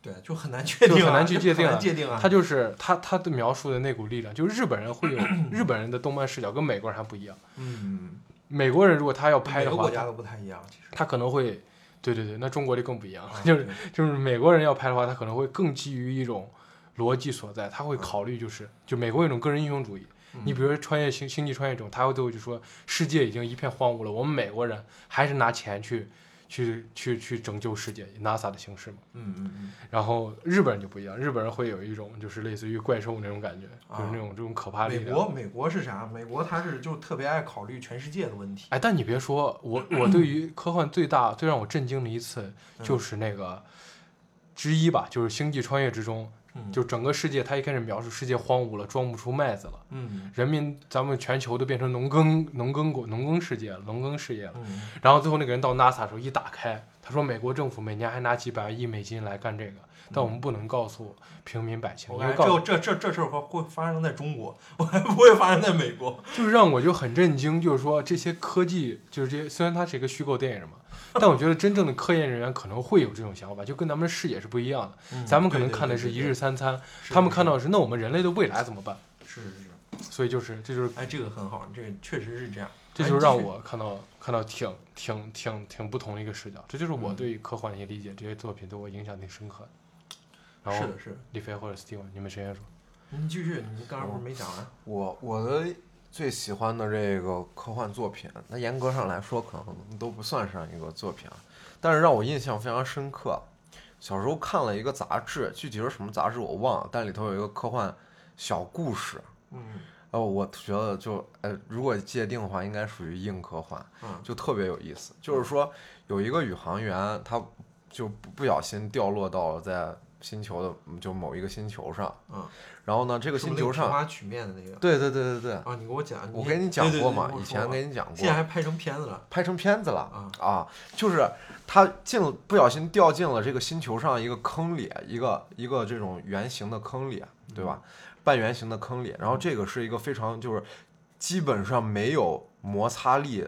对，就很难确定啊，就很难去界定啊很难界定啊，他就是他他的描述的那股力量，就是日本人会有日本人的动漫视角跟美国人还不一样，嗯，美国人如果他要每拍个的国话，家他都不太一样，其实他可能会，对对对，那中国就更不一样了，啊就是对就是美国人要拍的话，他可能会更基于一种逻辑所在，他会考虑就是就美国有一种个人英雄主义。嗯你比如说《穿越星星际穿越》中，他会对我就说，世界已经一片荒芜了，我们美国人还是拿钱去去去去拯救世界以，NASA 的形式嘛。嗯嗯嗯，然后日本人就不一样，日本人会有一种就是类似于怪兽那种感觉，啊就是那种这种可怕力美量。国美国是啥？美国它是就特别爱考虑全世界的问题，哎，但你别说，我我对于科幻最大最让我震惊的一次嗯就是那个之一吧，就是《星际穿越》之中，嗯就整个世界，它一开始描述世界荒芜了，装不出麦子了，嗯人民咱们全球都变成农耕农耕国农耕世界了，农耕事业了。嗯然后最后那个人到 NASA 的时候一打开，他说美国政府每年还拿几百亿美金来干这个，但我们不能告诉平民百姓，我因感为觉告这这这这事儿会会发生在中国， 我还不会发生在美国。就是让我就很震惊，就是说这些科技，就是这些虽然它是一个虚构电影嘛，但我觉得真正的科研人员可能会有这种想法，就跟咱们视野是不一样的。嗯咱们可能看的是一日三餐，他们看到的是那我们人类的未来怎么办？是是是，所以就是这就是哎，这个很好，这个确实是这样。这哎就继让续我看到看到挺挺挺挺不同的一个视角，这就是我嗯对科幻的一些理解，这些作品对我影响挺深刻的。然后是的，是的。李飞或者 Steven，你们谁先说？你继续，你刚才不是没讲完？我我的最喜欢的这个科幻作品，那严格上来说可能都不算上一个作品啊，但是让我印象非常深刻。小时候看了一个杂志，具体是什么杂志我忘了，但里头有一个科幻小故事，嗯哦，我觉得就呃，如果界定的话，应该属于硬科幻，嗯就特别有意思。就是说，有一个宇航员，他就不不小心掉落到了在星球的就某一个星球上，嗯，然后呢，这这个星球青上，蛙曲面的那个对对对对对，啊，你给我讲，我跟你讲过嘛，以前你对对对跟你讲过，你说吧现在还拍成片子了，拍成片子了啊啊！就是他进了不小心掉进了这个星球上一个坑里，一个一个这种圆形的坑里，对嗯吧？半圆形的坑里，然后这个是一个非常就是基本上没有摩擦力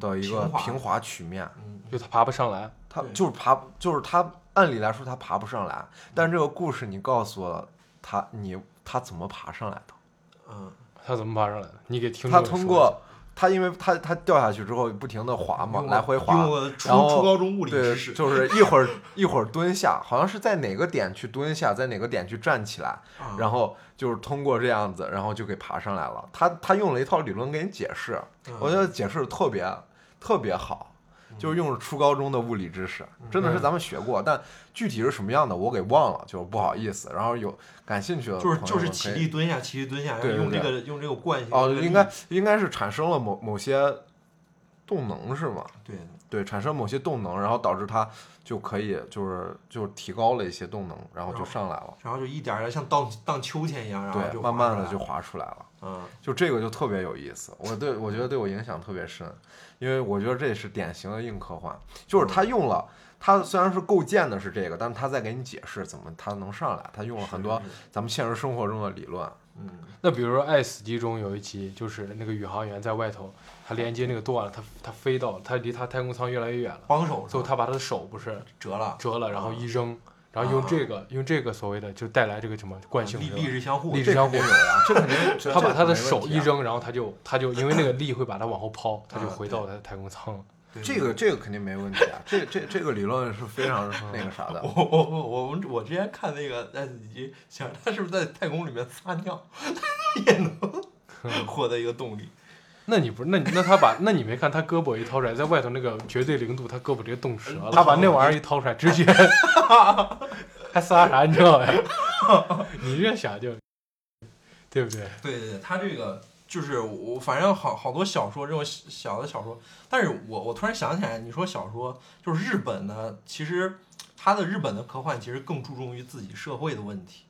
的一个平滑平滑曲面，嗯，就他爬不上来，它对就是爬，就是它按理来说它爬不上来，但这个故事你告诉我他你他怎么爬上来的？嗯，他怎么爬上来的？你给听他众通说过他因为他他掉下去之后不停的滑嘛，用我来回滑用，我初然后初高中物理对知，识，就是一会儿一会儿蹲下，好像是在哪个点去蹲下，在哪个点去站起来，啊然后就是通过这样子，然后就给爬上来了。他他用了一套理论给你解释，嗯我觉得解释的特别特别好，就是用初高中的物理知识，嗯真的是咱们学过，但具体是什么样的我给忘了，就是不好意思。然后有感兴趣的就是朋友就是们起可以立蹲下，起立蹲下，然后对对用这对个用这个惯性哦，用这个应力该应该是产生了某某些动能是吗？对对，产生某些动能，然后导致它就可以就是就提高了一些动能，然后就然后上来了，然后就一点儿一点儿像荡荡秋千一样，然后对，就慢滑慢出的来就滑出来了，嗯就这个就特别有意思，我对我觉得对我影响特别深，因为我觉得这是典型的硬科幻，就是他用了。他虽然是构建的是这个，但是他在给你解释怎么他能上来，他用了很多是是咱们现实生活中的理论。嗯那比如说《爱死机》中有一集，就是那个宇航员在外头，他连接那个断了，他他飞到他离他太空舱越来越远了，帮手最后他把他的手不是折了，折了，然啊后一扔，然后用这个用这个所谓的就带来这个什么惯性力对吧力是相互的，力是相互有呀，这 肯定这他把这他没的问手题一啊扔，然后他就他就因为那 个力会把他往后抛，他就啊回到他的太空舱了。对这个这个肯定没问题啊，这这这个理论是非 常那个啥的我。我我我们我之前看那个爱死机，想他是不是在太空里面撒尿 也能获得一个动力？那你不是那你那他把那你没看他胳膊一掏出来，在外头那个绝对零度，他胳膊直接冻折了。他把那玩意儿一掏出来，直接还撒啥尿呀？ 你越想就对不对？对对对，他这个就是我反正好好多小说这种小小的小说，但是我我突然想起来，你说小说就是日本呢，其实他的日本的科幻其实更注重于自己社会的问题。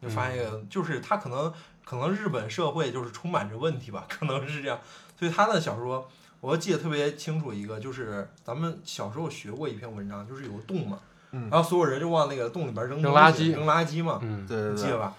你发现一嗯个，就是他可能可能日本社会就是充满着问题吧，可能是这样。所以他的小说，我记得特别清楚一个，就是咱们小时候学过一篇文章，就是有个洞嘛，嗯然后所有人就往那个洞里边扔扔东垃西圾扔垃圾嘛，嗯，对对记得对，吧？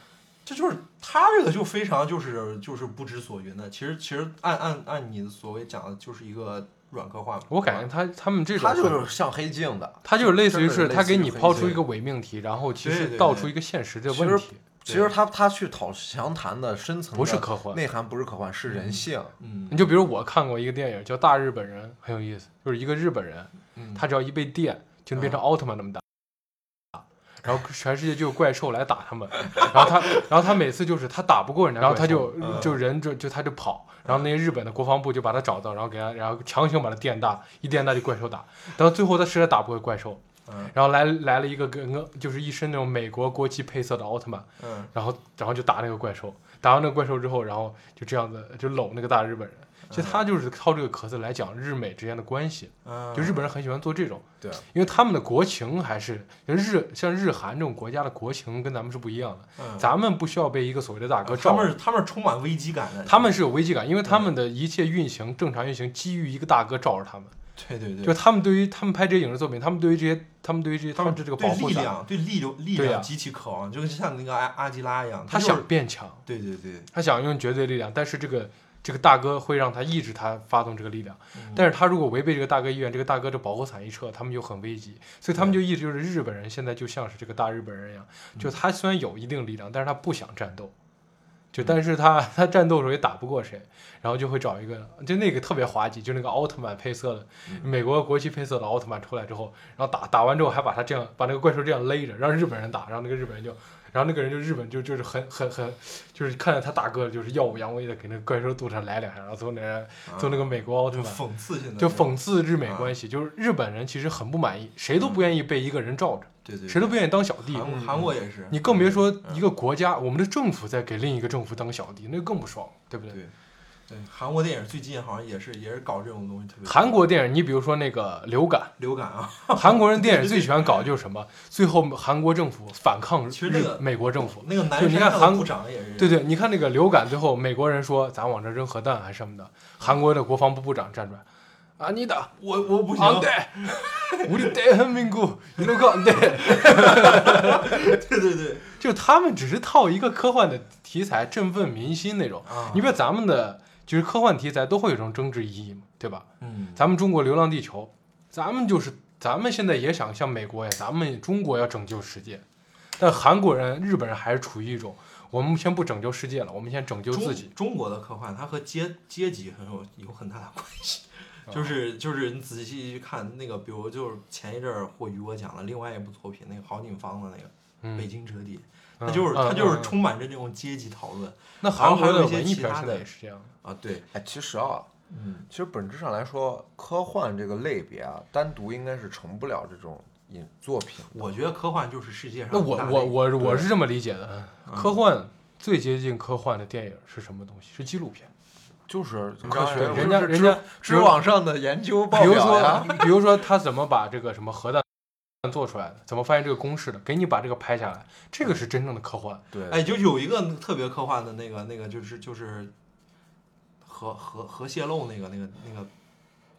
这就是他这个就非常就是就是不知所云的。其实其实按按按你所谓讲的，就是一个软科幻嘛。我感觉他他们这种他就是像黑镜的，他就是类似于真的是他给你黑抛镜出一个伪命题，然后其对对实对道出一个现实的其问实题，其实他他去讨详谈的深层的不是科幻。内涵，不是科幻，是人性。嗯你就比如我看过一个电影叫《大日本人》，很有意思，就是一个日本人，嗯他只要一被电，就能变成奥特曼那么大。然后全世界就有怪兽来打他们，然后他，然后他每次就是他打不过人家，然后他就嗯就人就就他就跑，然后那些日本的国防部就把他找到，然后给他，然后强行把他电大，一电大就怪兽打，到最后他实在打不过怪兽嗯，然后来来了一个跟跟就是一身那种美国国旗配色的奥特曼，嗯，然后然后就打那个怪兽，打完那个怪兽之后，然后就这样子就搂那个大日本人。其实他就是靠这个壳子来讲日美之间的关系，嗯就日本人很喜欢做这种，对，因为他们的国情还是就日像日韩这种国家的国情跟咱们是不一样的，嗯咱们不需要被一个所谓的大哥他罩们着，是他们是充满危机感的。他们是有危机感，因为他们的一切运行正常运行基于一个大哥罩着他们，对对对，就他们对于他们拍这些影视作品，他们对于这些他们对于这些他他们这这个保对护力伞，量对力量力对呀量极其渴望，就像那个阿阿基拉一样，他就是想变强，对对对，他想用绝对力量，但是这个这个大哥会让他抑制他发动这个力量，但是他如果违背这个大哥意愿，这个大哥这保护伞一撤，他们就很危急，所以他们就一直就是日本人现在就像是这个大日本人一样，就他虽然有一定力量，但是他不想战斗。就但是他他战斗的时候也打不过谁，然后就会找一个就那个特别滑稽，就那个奥特曼配色的美国国旗配色的奥特曼出来之后，然后打打完之后还把他这样把那个怪兽这样勒着，让日本人打，让那个日本人就然然后那个人就日本就就是很很很，就是看着他大哥就是耀武扬威的给那个怪兽肚子上来两下，然后从那个从那个美国奥特曼讽刺性的，就，讽刺日美关啊系，就是日本人其实很不满意，谁都不愿意被一个人罩着，嗯对对，谁都不愿意当小弟。韩国韩国嗯也是，嗯你更别说一个国家，我们的政府在给另一个政府当小弟，那更不爽，对不对？对对，韩国电影最近好像也是也是搞这种东西特别多，韩国电影，你比如说那个《流 感流感啊，》，韩国人电影最喜欢 搞就是什么，最后韩国政府反抗其实那日个美国政府，那个南就你看山上韩的部长也是，对对，你看那个流感，最后美国人说咱往这扔核弹还什么的，韩国的国防部部长站出来，啊你打，我我不行，俺 打，我的대한민국이러고안 돼，对对对，就他们只是套一个科幻的题材振奋民心那种，啊，你比如咱们的就是科幻题材都会有这种政治意义嘛，对吧？嗯，咱们中国《流浪地球》，咱们就是咱们现在也想像美国呀，咱们中国要拯救世界，但韩国人、日本人还是处于一种我们先不拯救世界了，我们先拯救自己中。中国的科幻，它和阶阶级很有有很大的关系， 就是就是你仔细去看那个，比如就是前一阵儿获雨果奖了，另外一部作品，那个郝景芳的那个《北嗯，京折叠》，嗯它就是它嗯就是嗯充满着那种阶级讨论那然后韩国还有的一些文艺其片他现在的也是这样。啊，对，哎，其实啊，嗯，其实本质上来说，科幻这个类别啊，单独应该是成不了这种影作品。我觉得科幻就是世界上那我一大类嗯我我我是这么理解的，科幻最接近科幻的电影是什么东西？是纪录片。就是嗯科学，对不是人家知人家知网上的研究报比如表呀说，比如说他怎么把这个什么核弹做出来的，怎么发现这个公式的，给你把这个拍下来，这个是真正的科幻。对，哎，就有一个特别科幻的那个那个就是就是。核核核泄漏那个那个那个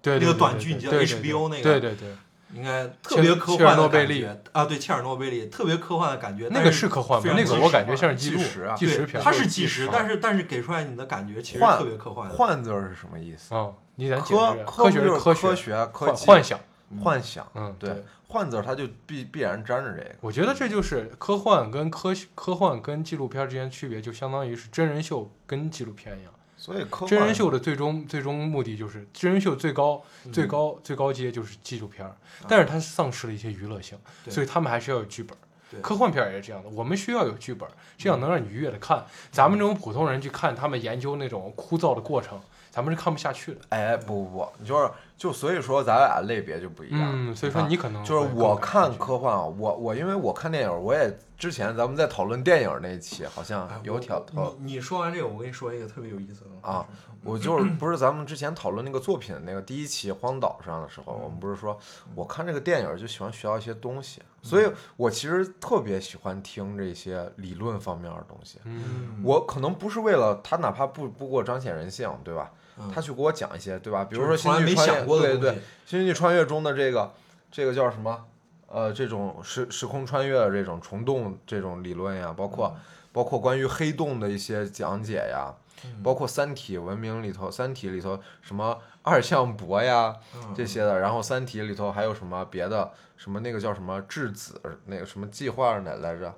对，对那个对短对剧你对记得对 HBO 那个对对对，应该特别科切尔幻诺的贝感利觉啊，对，切尔诺贝利特别科幻的感觉，那但个是是科幻非吗？那常个纪我实感觉化像是记录纪实啊纪对实片儿。啊它是纪纪实实，但是但是给出来你的感觉其实幻特别科幻的。幻字儿是什么意思？嗯，你咱解科释科科不学就是科科学，学科幻技幻想。幻想，嗯，对，幻字儿它就必必然沾着这个。我觉得这就是科幻跟科学科幻跟纪录片之间区别，就相当于是真人秀跟纪录片一样。所以科幻真人秀的最终最终目的就是真人秀最高嗯最高最高阶就是纪录片啊儿，但是它丧失了一些娱乐性，对所以他们还是要有剧本儿对。科幻片儿也是这样的，我们需要有剧本儿，嗯这样能让你愉悦的看。咱们这种普通人去看他们研究那种枯燥的过程，咱们是看不下去的。哎，不不不，你就是就所以说咱俩类别就不一样。嗯，所以说看你可能就是会更我感看兴趣科幻啊，我我因为我看电影，我也之前咱们在讨论电影那一期好像哎啊有我挑讨，你你说完这个，我跟你说一个特别有意思的啊，我就是 不是咱们之前讨论那个作品那个第一期《荒岛上》的时候，我们不是说嗯我看这个电影就喜欢学到一些东西，所以我其实特别喜欢听这些理论方面的东西。嗯，我可能不是为了他，哪怕不不给我彰显人性，对吧？嗯他去给我讲一些，对吧？比比如说《星从来际没穿越》，想过的对东对，《西，星际穿越》中的这个这个叫什么？呃，这种时时空穿越的这种虫洞这种理论呀，包括包括关于黑洞的一些讲解呀，嗯包括《三体》文明里头，《三体》里头什么二向箔呀嗯这些的，然后《三体》里头还有什么别的，什么那个叫什么质子那个什么计划哪来着？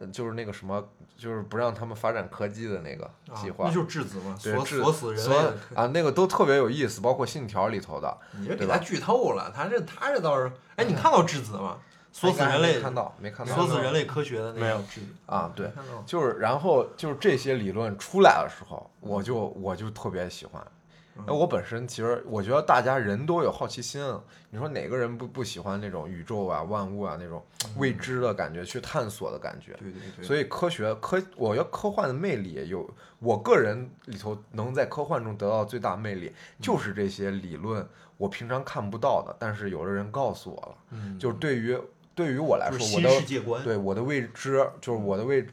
呃就是那个什么，就是不让他们发展科技的那个啊计划，那就是质子嘛，对锁质锁死人类所的。啊，那个都特别有意思，包括《信条》里头的，你就给对他吧剧透了，他这他这倒是，哎，你看到质子吗？锁死哎人类，没看到没看到嗯锁死人类科学的那没个有质子啊？对，看到就是然后就是这些理论出来的时候，我就我就特别喜欢。嗯哎，我本身其实我觉得大家人都有好奇心，啊你说哪个人不不喜欢那种宇宙啊、万物啊那种未知的感觉，去探索的感觉？对对嗯对，所以以科学科，我觉得科幻的魅力有，我个人里头能在科幻中得到最大魅嗯力，就是这些理论我平常看不到的，但是有的人告诉我了，就是对于对于我来嗯就是说，我新世的界观，对我的未知，就是我的未，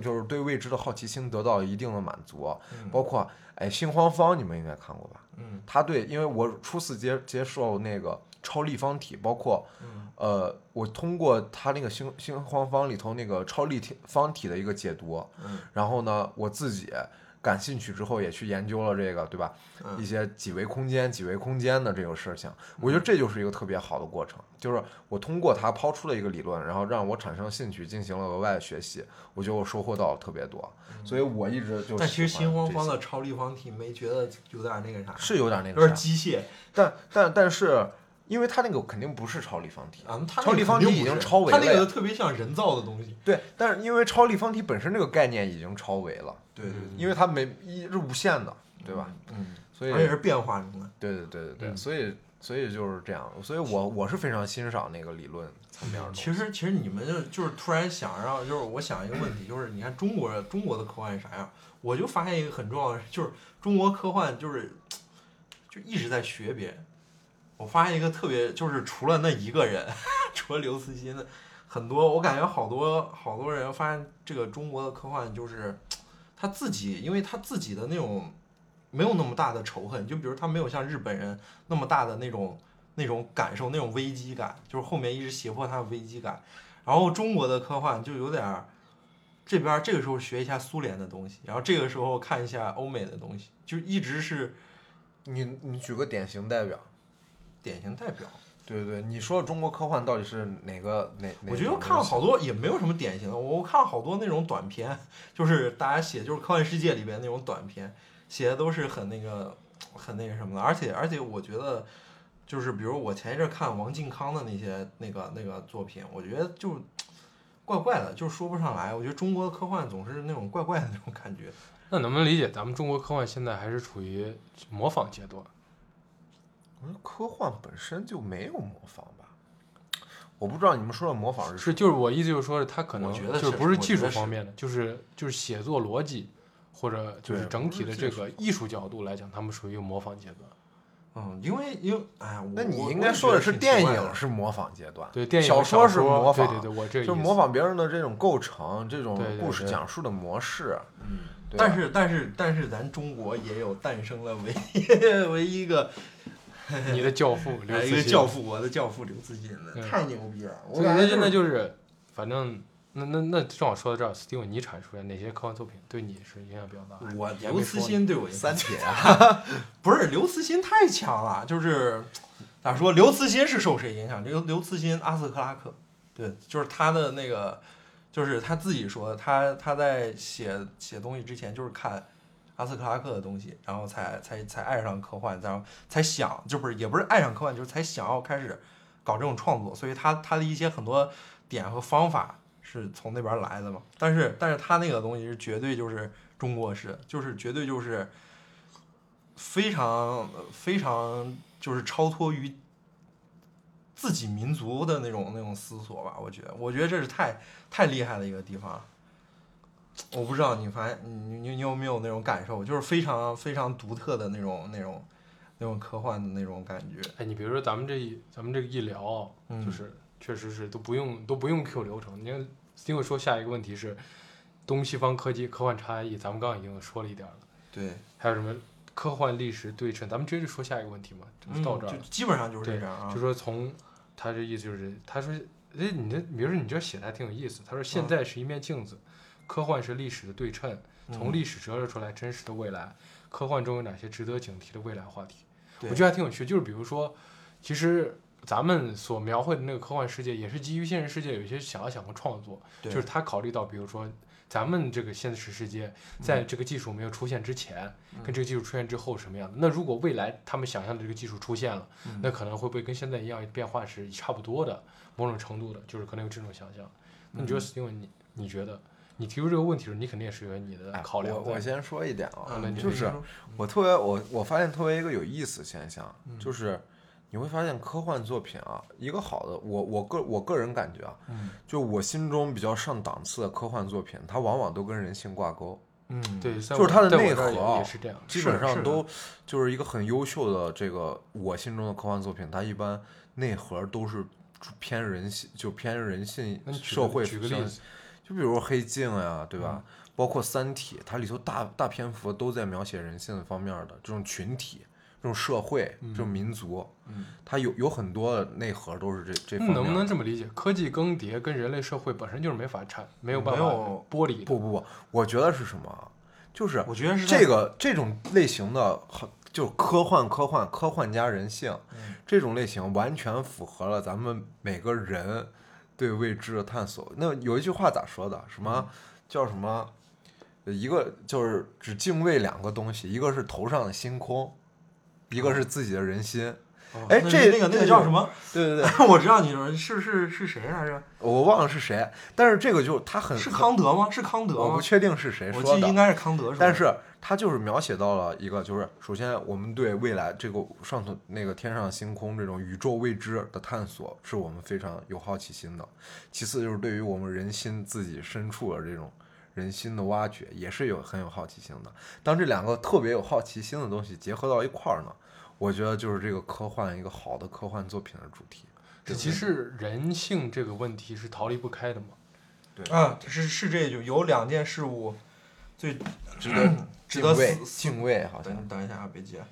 就是对未知的好奇心得到一定的满足，嗯包括哎新荒方你们应该看过吧？嗯他对，因为我初次接接受那个超立方体，包括嗯呃，我通过他那个星星荒方里头那个超立体方体的一个解读，嗯然后呢，我自己感兴趣之后也去研究了这个，对吧？一嗯，些几维空间、几维空间的这个事情，我觉得这就是一个特别好的过程，就是我通过它抛出了一个理论，然后让我产生兴趣，进行了额外的学习，我觉得我收获到了特别多，所以我一直就嗯但其实喜欢新荒这方些的超立方体没觉得有点那个啥，是有点那有个啥点机械，但但但是因为它那个肯定不是超立方体，啊，他超立方体已经超维他了那个呀。特别像人造的东西。对，但是因为超立方体本身这个概念已经超维了，对对因为它没一是无限的，对吧？嗯，所以而且是变化中的。对对对对对，嗯所以所以就是这样，所以我我是非常欣赏那个理论层面的东西。其实其实你们就就是突然想让，就是我想一个问题，就是你看中国中国的科幻是啥样？我就发现一个很重要的，就是中国科幻就是就一直在学别人。我发现一个特别，就是除了那一个人， 除了刘慈欣的，很多我感觉好多好多人发现这个中国的科幻就是他自己，因为他自己的那种没有那么大的仇恨，就比如他没有像日本人那么大的那种那种感受，那种危机感，就是后面一直胁迫他的危机感。然后中国的科幻就有点儿，这边儿这个时候学一下苏联的东西，然后这个时候看一下欧美的东西，就一直是你你举个典型代表，典型代表。对对对，你说中国科幻到底是哪个哪？哪我觉得我哪看了个好多，也没有什么典型的。我看了好多那种短片， 就是大家写就是科幻世界里边那种短片，写的都是很那个很那个什么的。而且而且我觉得，就是比如我前一阵看王靖康的那些那个那个作品，我觉得就怪怪的，就是说不上来。我觉得中国的科幻总是那种怪怪的那种感觉。那能不能理解咱们中国科幻现在还是处于模仿阶段？我觉得嗯科幻本身就没有模仿吧，我不知道你们说的模仿是是，就是我意思就是说，它可能我觉得就是是不是我技觉术得方是面的，就是就是写作逻辑，或者就是对整不体是的技这术个艺术角度来讲，他们属于一个模仿阶段。嗯，因为因为哎呀，我那你我应我该也说的觉得是挺奇电怪影的是模仿阶段，对，电影小和说说是模仿，对对对，我这个就是意模思仿别人的这种构成、这种对对故事对讲述的模式。嗯对吧啊但是但是但是，咱中国也有诞生了唯唯一一 个你的教 父刘哎一慈个欣教父，我的教父刘慈欣的，嗯太牛逼了！我所以那感觉就那是就是，反正那那那正好说到这儿，Steven，你阐述一下哪些科幻作品对你是影响比较大？哎我你还刘没慈说呢欣对我影三响铁啊， 不是刘慈欣太强了，就是咋说？刘慈欣是受谁影响？刘刘慈欣、阿瑟克拉克，对，就是他的那个，就是他自己说，他他在写写东西之前，就是看阿瑟克拉克的东西，然后才才才爱上科幻，然后才想，就不是也不是爱上科幻，就是才想要开始搞这种创作，所以他他的一些很多点和方法是从那边来的嘛。但是但是他那个东西是绝对就是中国式，就是绝对就是。非常呃非常就是超脱于自己民族的那种那种思索吧，我觉得，我觉得这是太太厉害的一个地方了。我不知道你发现你你你有没有那种感受，就是非常非常独特的那种那种那种科幻的那种感觉。哎，你比如说咱们这一咱们这个一聊啊，嗯就是确实是都不用都不用 Q 流程。你看 Steven 说下一个问题是东西方科技科幻差异，咱们刚刚已经说了一点儿了，对，还有什么科幻历史对称？咱们直接就说下一个问题嘛，这不是到这儿就了。基本上嗯就是对这样啊就。说从他这意思就是，他说，哎，你这，比如说你这写的还挺有意思。他说，现嗯在是一面镜子，科幻是历史的对称，从嗯历史折射出来真实的未来。科幻中有哪些值得警惕的未来话题？我对觉得还挺有趣。就是比如说，其实咱们所描绘的那个科幻世界，也是基于现实世界有一些遐想和创作。对就是他考虑到，比如说咱们这个现实世嗯界，在这个技术没有出现之前，跟这个技术出现之后什么样的？那如果未来他们想象的这个技术出现了，嗯那可能会不会跟现在一样变化是差不多的，某种程度的，就是可能有这种想象。那嗯你觉得 Steven，你你觉得你提出这个问题的时，候，你肯定也是有你的哎考量我在嗯我先说一点啊，那你就先是说我特别我我发现特别一个有意思现象，嗯就是你会发现科幻作品啊，一个好的，我我个我个人感觉啊，嗯就我心中比较上档次的科幻作品，它往往都跟人性挂钩。嗯，对，在就是我它的在我内这儿也核也是这样。基是本是上的都就是一个很优秀的这个我心中的科幻作品，它一般内核都是偏人性，就偏人性那你举社个会举个向例子，嗯就比如《黑镜》呀，对吧？包括《三体》，它里头大大篇幅都在描写人性方面的这种群体、这种社会、这嗯种民族，它有有很多的内核都是这这那方面的。嗯能不能这么理解？科技更迭跟人类社会本身就是没法产，没有办没法有剥离的。不不不，我觉得是什么啊？就是我觉得是在这个这种类型的，很就是科幻科幻科幻加人性、嗯这种类型，完全符合了咱们每个人对未知的探索。那有一句话咋说的？什嗯么、叫什么？一个就是哦只敬畏两个东西，一个是头上的星空，一个是自己的人心。哎，那这那个那个叫什？ 么？对对对，我知道你说是是是谁来着？我忘了是谁，但是这个就他很是，康德吗？是康德我吗不？确定是谁我说记得的应，该是康德说的。但是他就是描写到了一个，就是首先我们对未来这个上头那个天上星空这种宇宙未知的探索，是我们非常有好奇心的；其次就是对于我们人心自己深处的这种人心的挖掘，也是有很有好奇心的。当这两个特别有好奇心的东西结合到一块儿呢，我觉得就是这个科幻一个好的科幻作品的主题。这其实人性这个问题是逃离不开的嘛。啊，是是这一句，有两件事物最值得值得敬畏思思敬畏，好像等等一下啊，别急啊，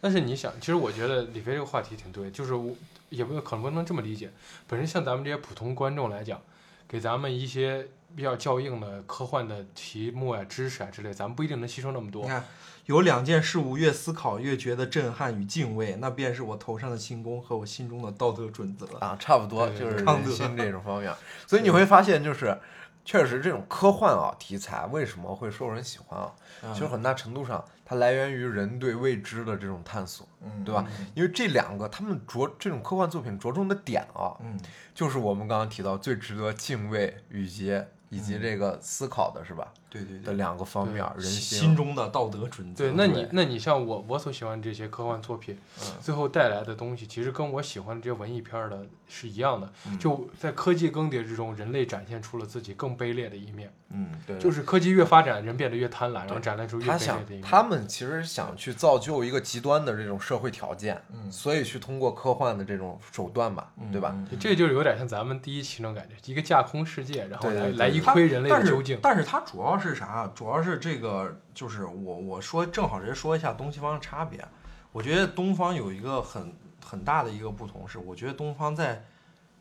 但是你想，其实我觉得李飞这个话题挺对，就是我也不可能不能这么理解。本身像咱们这些普通观众来讲，给咱们一些比较较硬的科幻的题目啊、知识啊之类，咱们不一定能吸收那么多你。看，有两件事物越思考越觉得震撼与敬畏，那便是我头上的星宫和我心中的道德准则。啊，差不多对就是康人德心 这种方面。所以你会发现，就是确实这种科幻啊题材为什么会受人喜欢啊？嗯其实很大程度上它来源于人对未知的这种探索，对吧？因为这两个他们着这种科幻作品着重的点啊，嗯，就是我们刚刚提到最值得敬畏以及以及这个思考的是吧？对对的对，两个方面，人心心心中的道德准则。对，那你对嗯那你像我我所喜欢的这些科幻作品，最后带来的东西，其实跟我喜欢的这些文艺片儿的是一样的。嗯就在科技更迭之中，人类展现出了自己更卑劣的一面，嗯，对就是科技越发展，人变得越贪婪，然后展现出越他卑想劣的一，面。他们其实想去造就一个极端的这种社会条件，所以去通过科幻的这种手段吧，嗯对吧？这就有点像咱们第一期那种感觉，一个架空世界，然后对来对对来一它窥人类但的是究竟。但是它主要是啥？主要是这个，就是我我说正好直接说一下东西方的差别。我觉得东方有一个很很大的一个不同是，我觉得东方在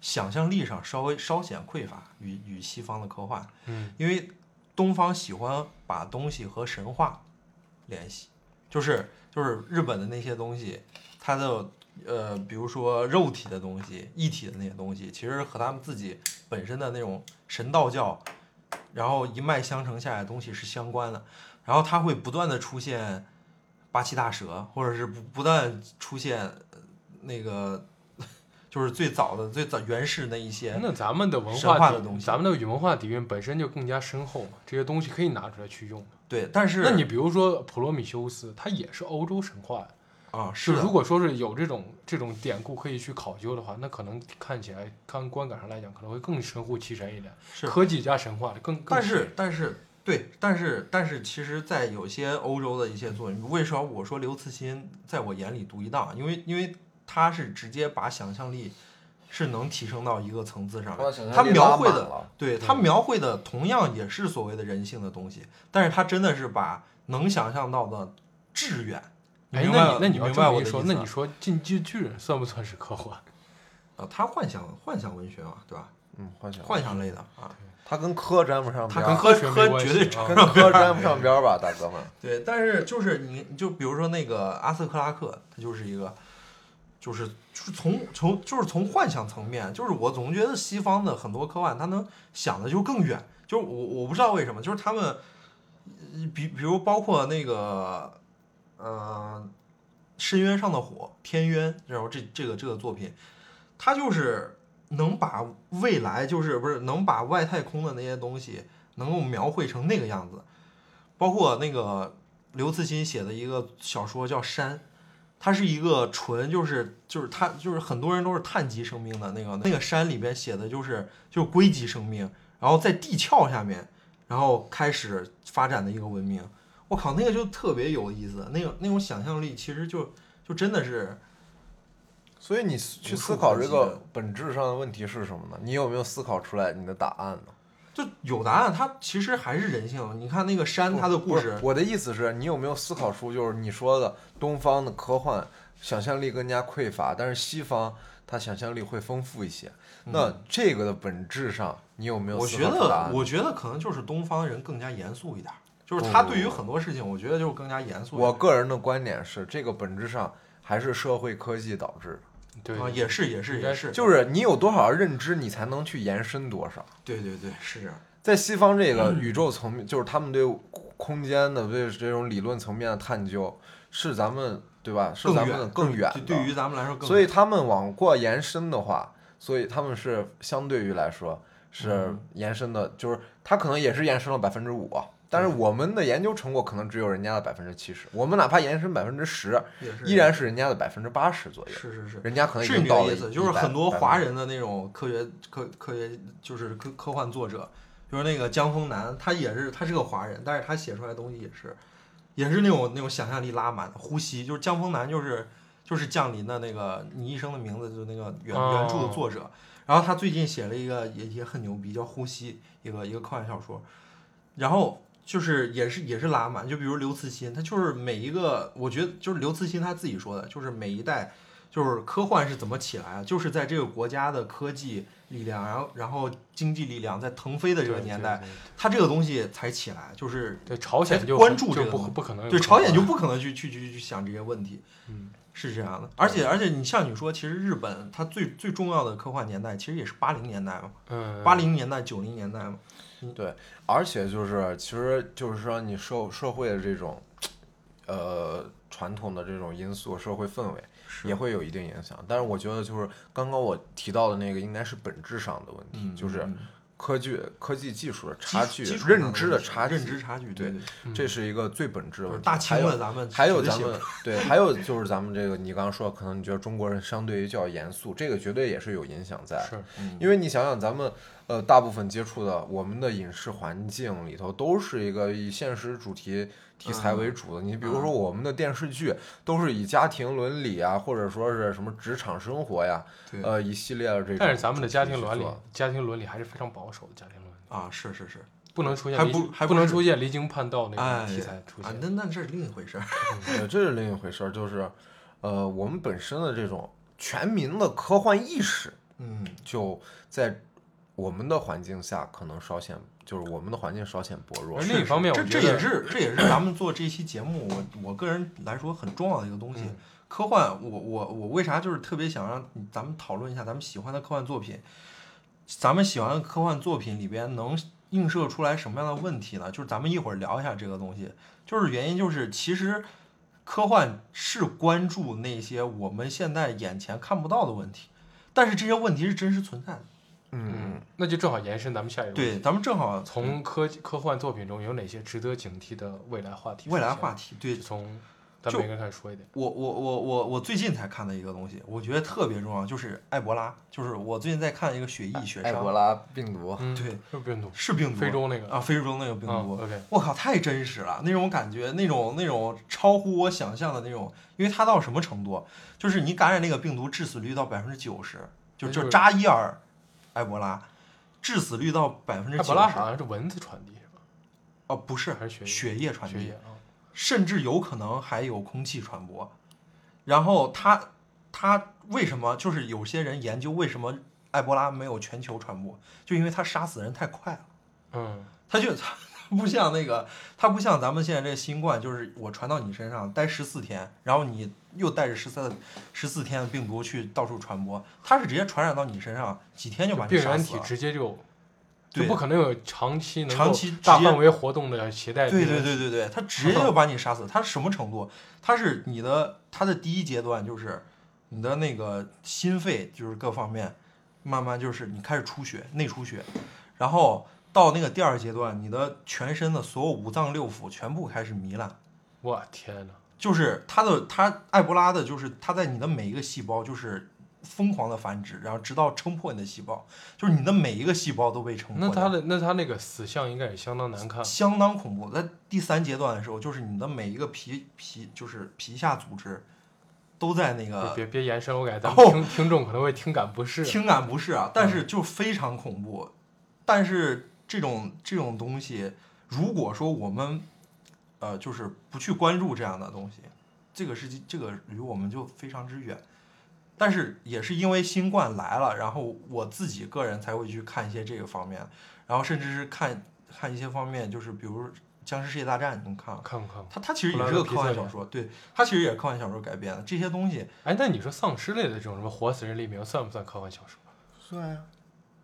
想象力上稍微稍显匮乏与与西方的科幻，嗯，因为东方喜欢把东西和神话联系，就是就是日本的那些东西，它的呃，比如说肉体的东西、异体的那些东西，其实和他们自己本身的那种神道教，然后一脉相承下来的东西是相关的。然后它会不断的出现八岐大蛇，或者是不不断出现呃那个， 就是最早的最早原始那一些。那咱们的文神化话底的东西咱们的文化底蕴本身就更加深厚嘛，这些东西可以拿出来去用。对，但是那你比如说普罗米修斯，他也是欧洲神话呀。啊，就是如的，果说是有这种这种典故可以去考究的话，那可能看起来看观感上来讲，可能会更神乎其神一点。是科技加神话更，更但是但是对，但是但是，其实，在有些欧洲的一些作品，为什么我说刘慈欣在我眼里独一档？因为因为他是直接把想象力是能提升到一个层次上把面想，他象力拉描绘满的了对他描绘的同样也是所谓的人性的东西，但是他真的是把能想象到的致远。你哎明，白那了你那你要明这白么我一的说，意那思你说《进击巨人》算不算是科幻？啊，他幻想幻想文学嘛，对吧？嗯，幻想，幻想类的啊，他跟科沾不上边他儿，跟科科学没科关绝系对啊沾跟科沾不上边儿吧，大哥们。对，但是就是你，你就比如说那个阿瑟克拉克，他就是一个，就是就是从从就是从幻想层面，就是我总觉得西方的很多科幻，他能想的就更远，就是我我不知道为什么，就是他们，呃比比如包括那个，呃，深渊上的火，天渊，然后这这个这个作品，它就是能把未来，就是不是能把外太空的那些东西，能够描绘成那个样子。包括那个刘慈欣写的一个小说叫《山》，它是一个纯就是就是他就是很多人都是碳基生命的那个那个山里边写的就是就是硅基生命，然后在地壳下面，然后开始发展的一个文明。我靠，那个就特别有意思，那个那种想象力其实就就真的是所以你去无思处考可这及个的本质上的问题是什么呢？你有没有思考出来你的答案呢？就有答案，它其实还是人性。你看那个山，它的不故事是，我的意思是你有没有思考出，就是你说的东方的科幻想象力更加匮乏，但是西方它想象力会丰富一些。那这个的本质上，你有没有嗯我思觉考出答得案，嗯我觉得可能就是东方人更加严肃一点儿，就是他对于很多事情，我觉得就是更加严肃一点儿。我个人的观点是，这个本质上还是社会科技导致对，啊，也是也是应该也是，的，就是你有多少认知，你才能去延伸多少。对对对，是这样。在西方这嗯个宇宙层面，就是他们对空间的对这种理论层面的探究，是咱们对吧？是更咱远们更远就的，对于咱们来说更所以远他们往过延伸的话，所以他们是相对于来说嗯是延伸的，就是它可能也是延伸了百分之五，但是我们的研究成果可能只有人家的百分之七十，我们哪怕延伸百分之十，也是依然是人家的百分之八十左右，是是是。人家可能已是经你到的了意思，就是100很多华。人的那种科学科科学就是科科幻作者，比如那个江峰南，他也是他是个华人，但是他写出来的东西也是也是那种那种想象力拉满的呼吸，就是江峰南就是就是降临的那个你一生的名字，就是那个原原著的作者。然后他最近写了一个也也很牛逼，叫《呼吸》，一个一个科幻小说。然后就是也是也是拉满，就比如刘慈欣，他就是每一个，我觉得就是刘慈欣他自己说的，就是每一代就是科幻是怎么起来啊，就是在这个国家的科技力量，然后然后经济力量在腾飞的这个对年对代，对他这个东西才起来，就是对朝才鲜就关很注就这个不东西不可能有对科朝鲜幻就不可能去去去去想这些问题，嗯，是这样的。而且而且你像你说，其实日本它最最重要的科幻年代其实也是八零年代嘛，嗯八零年代九零年代嘛，而且就是，其实就是说，你社社会的这种，呃，传统的这种因素、社会氛围是也会有一定影响。但是我觉得，就是刚刚我提到的那个，应该是本质上的问题，嗯，就是嗯科技科技技术的基差础距、基础上认知的的差距，认知差距，对对对，这是一个最本质的就是问题。大还清有了咱们还有绝对咱写不 们对，还有就是咱们这个，你刚刚说，可能你觉得中国人相对于较严肃，这个绝对也是有影响在。是嗯因为你想想，咱们呃大部分接触的我们的影视环境里头，都是一个以现实主题题材为嗯主的。你比如说我们的电视剧，都是以家庭伦理啊，或者说是什么职场生活呀，对呃一系列的这种。但是咱们的家庭伦理，家庭伦理还是非常保守的家庭伦理，啊，是是是，不能出现还离不还不不能是出现离经叛道那哎，种题材出啊现，。那那这是另一回事儿，呃，这是另一回事儿，就是呃我们本身的这种全民的科幻意识，嗯，就在我们的环境下可能稍显，就是我们的环境稍显薄弱而。另一方面，我这这觉也得是这也是咱们做这期节目，我我个人来说很重要的一个东西。嗯科幻，我我我为啥就是特别想让咱们讨论一下咱们喜欢的科幻作品，咱们喜欢的科幻作品里边能映射出来什么样的问题呢？就是咱们一会儿聊一下这个东西，就是原因就是其实科幻是关注那些我们现在眼前看不到的问题，但是这些问题是真实存在的。嗯，那就正好延伸咱们下一个问题。对，咱们正好从科技科幻作品中有哪些值得警惕的未来话题出现？未来话题对就从咱就每个人开始说一点。我我我我我最近才看的一个东西，我觉得特别重要，就是埃博拉，就是我最近在看一个血疫学埃博伤，拉病毒，嗯，啊对，是病毒，是病毒，非洲那个嗯啊，非洲那个病毒， OK，我靠，太真实了，那种感觉，那种那种超乎我想象的那种，因为它到什么程度，就是你感染那个病毒致死率到百分之九十，就那就就是扎伊尔埃博拉，致死率到百分埃之九博拉十，好像是蚊子传递是吧？哦，不是，还是血血液传血递液，啊？甚至有可能还有空气传播。然后他他为什么就是有些人研究为什么埃博拉没有全球传播，就因为他杀死人太快了。嗯，他就 他他不像那个，他不像咱们现在这个新冠，就是我传到你身上待十四天，然后你又带着十三十四天的病毒去到处传播，他是直接传染到你身上，几天就把你病杀原死体了。直接就就对不可能有长期能长够期直大接范围活动的携带病对原体。对对对对，他直接就把你杀死。他是什么程度？他是你的他的第一阶段就是你的那个心肺就是各方面，慢慢就是你开始出血，内出血，然后到那个第二阶段，你的全身的所有五脏六腑全部开始糜烂。我天哪！就是它的它埃博拉的，就是它在你的每一个细胞就是疯狂的繁殖，然后直到撑破你的细胞，就是你的每一个细胞都被撑破那掉。他的那他那个死相应该也相当难看。相当恐怖。在第三阶段的时候，就是你的每一个皮皮就是皮下组织都在那别个别别延伸，我感觉咱哦们听听众可能会听感不适。听感不适啊，但是就非常恐怖。但是这种这种东西，如果说我们呃就是不去关注这样的东西，这个是这个离我们就非常之远。但是也是因为新冠来了，然后我自己个人才会去看一些这个方面，然后甚至是看看一些方面，就是比如《僵尸世界大战》，你们看了吗？看不看吧？它它其实也布拉是德个皮科幻特小的说，对，它其实也是科幻小说改编的。这些东西，哎，那你说丧尸类的这种什么活死人黎明算不算科幻小说？算呀，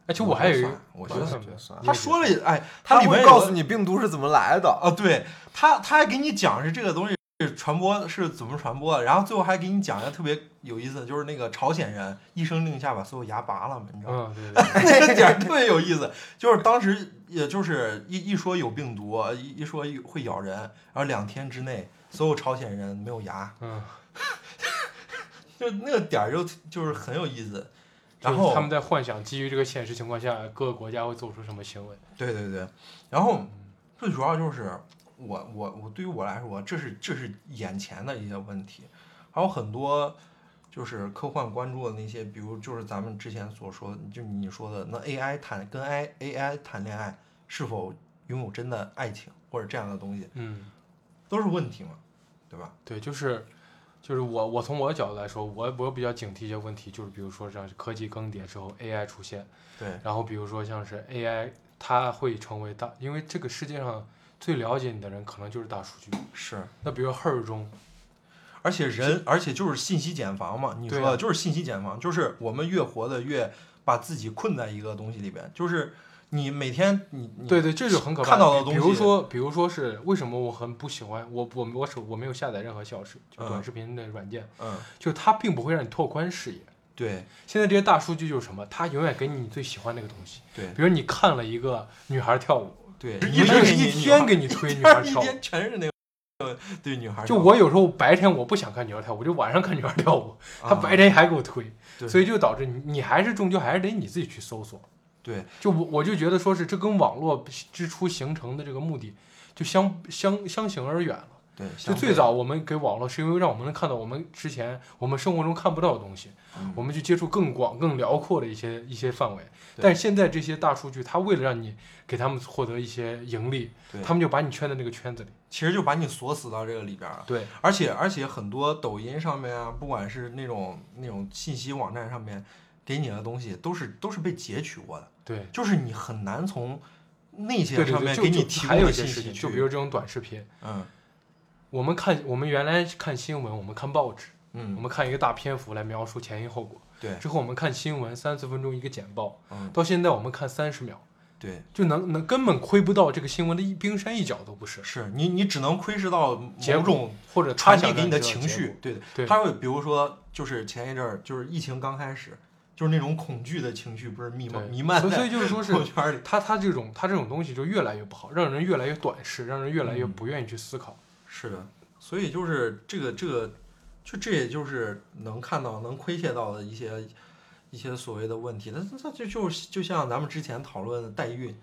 哎，其实我还有一个，嗯我觉觉得得哦算算不算算？他说了，哎，它它里面会有呃告的诉你病毒是怎么来的。啊，对他他还给你讲是这个东西这传播是怎么传播的，然后最后还给你讲一个特别有意思的，就是那个朝鲜人一声令下把所有牙拔了嘛，你知道吗？ 嗯，对对 对，那个点儿特别有意思，就是当时也就是一一说有病毒，一一说会咬人，然后两天之内所有朝鲜人没有牙， 嗯，就那个点儿就就是很有意思。就然是后他们在幻想基于这个现实情况下，各个国家会做出什么行为？对对对，然后最主要就是我我我对于我来说，这是这是眼前的一些问题，还有很多就是科幻关注的那些，比如就是咱们之前所说的，就你说的那 AI 谈跟 I AI 谈恋爱是否拥有真的爱情或者这样的东西，嗯，都是问题嘛，对吧？对，就是就是我我从我的角度来说，我我比较警惕一些问题，就是比如说像是科技更迭之后 AI 出现，对然后比如说像是 AI 它会成为大，因为这个世界上最了解你的人可能就是大数据。是，那比如 Her 中，而且人，而且就是信息茧房嘛，你说对啊的就是信息茧房，就是我们越活得越把自己困在一个东西里边，就是你每天你你对对，这就很可怕。看到的东比西，比如说，比如说是为什么我很不喜欢我我我手我没有下载任何小视就短嗯视频的软件，嗯，就是它并不会让你拓宽视野。对现在这些大数据就是什么？它永远给你你最喜欢那个东西。对比如你看了一个女孩跳舞，对，一直直一天给你推女孩一跳舞。天全是那个呃对女孩儿就跳我有时候白天我不想看女孩跳舞，我就晚上看女孩跳舞，她啊白天还给我推，对所以就导致你你还是终究还是得你自己去搜索。对就我我就觉得说是这跟网络之初形成的这个目的就相相相形而远了。对，就相最对早我们给网络是因为让我们能看到我们之前我们生活中看不到的东西，嗯我们去接触更广、更辽阔的一些一些范围。对但是现在这些大数据，它为了让你给他们获得一些盈利对，他们就把你圈在那个圈子里。其实就把你锁死到这个里边儿了。对，而且而且很多抖音上面啊，不管是那种那种信息网站上面给你的东西，都是都是被截取过的，对，就是你很难从那对些对上对，面就给你就提还供有一的些信事息情，去就比如这种短视频，嗯我们看我们原来看新闻，我们看报纸，我嗯，们看一个大篇幅来描述前因后果。对之后我们看新闻，三四分钟一个简报，嗯到现在我们看三十秒，对，就能能根本窥不到这个新闻的一冰山一角都不是。是你你只能窥视到结某果种或者传他递想给让你的知道情结绪果，对的，对，他会比如说就是前一阵儿就是疫情刚开始，就是那种恐惧的情绪不是弥漫对弥漫所以所在以就是说朋友是圈里，他他这种他这种东西就越来越不好，让人越来越短视，让人越来越嗯不愿意去思考。是的，所以就是这个这个，就这也就是能看到能窥见到的一些一些所谓的问题，那那就就是就像咱们之前讨论的代孕，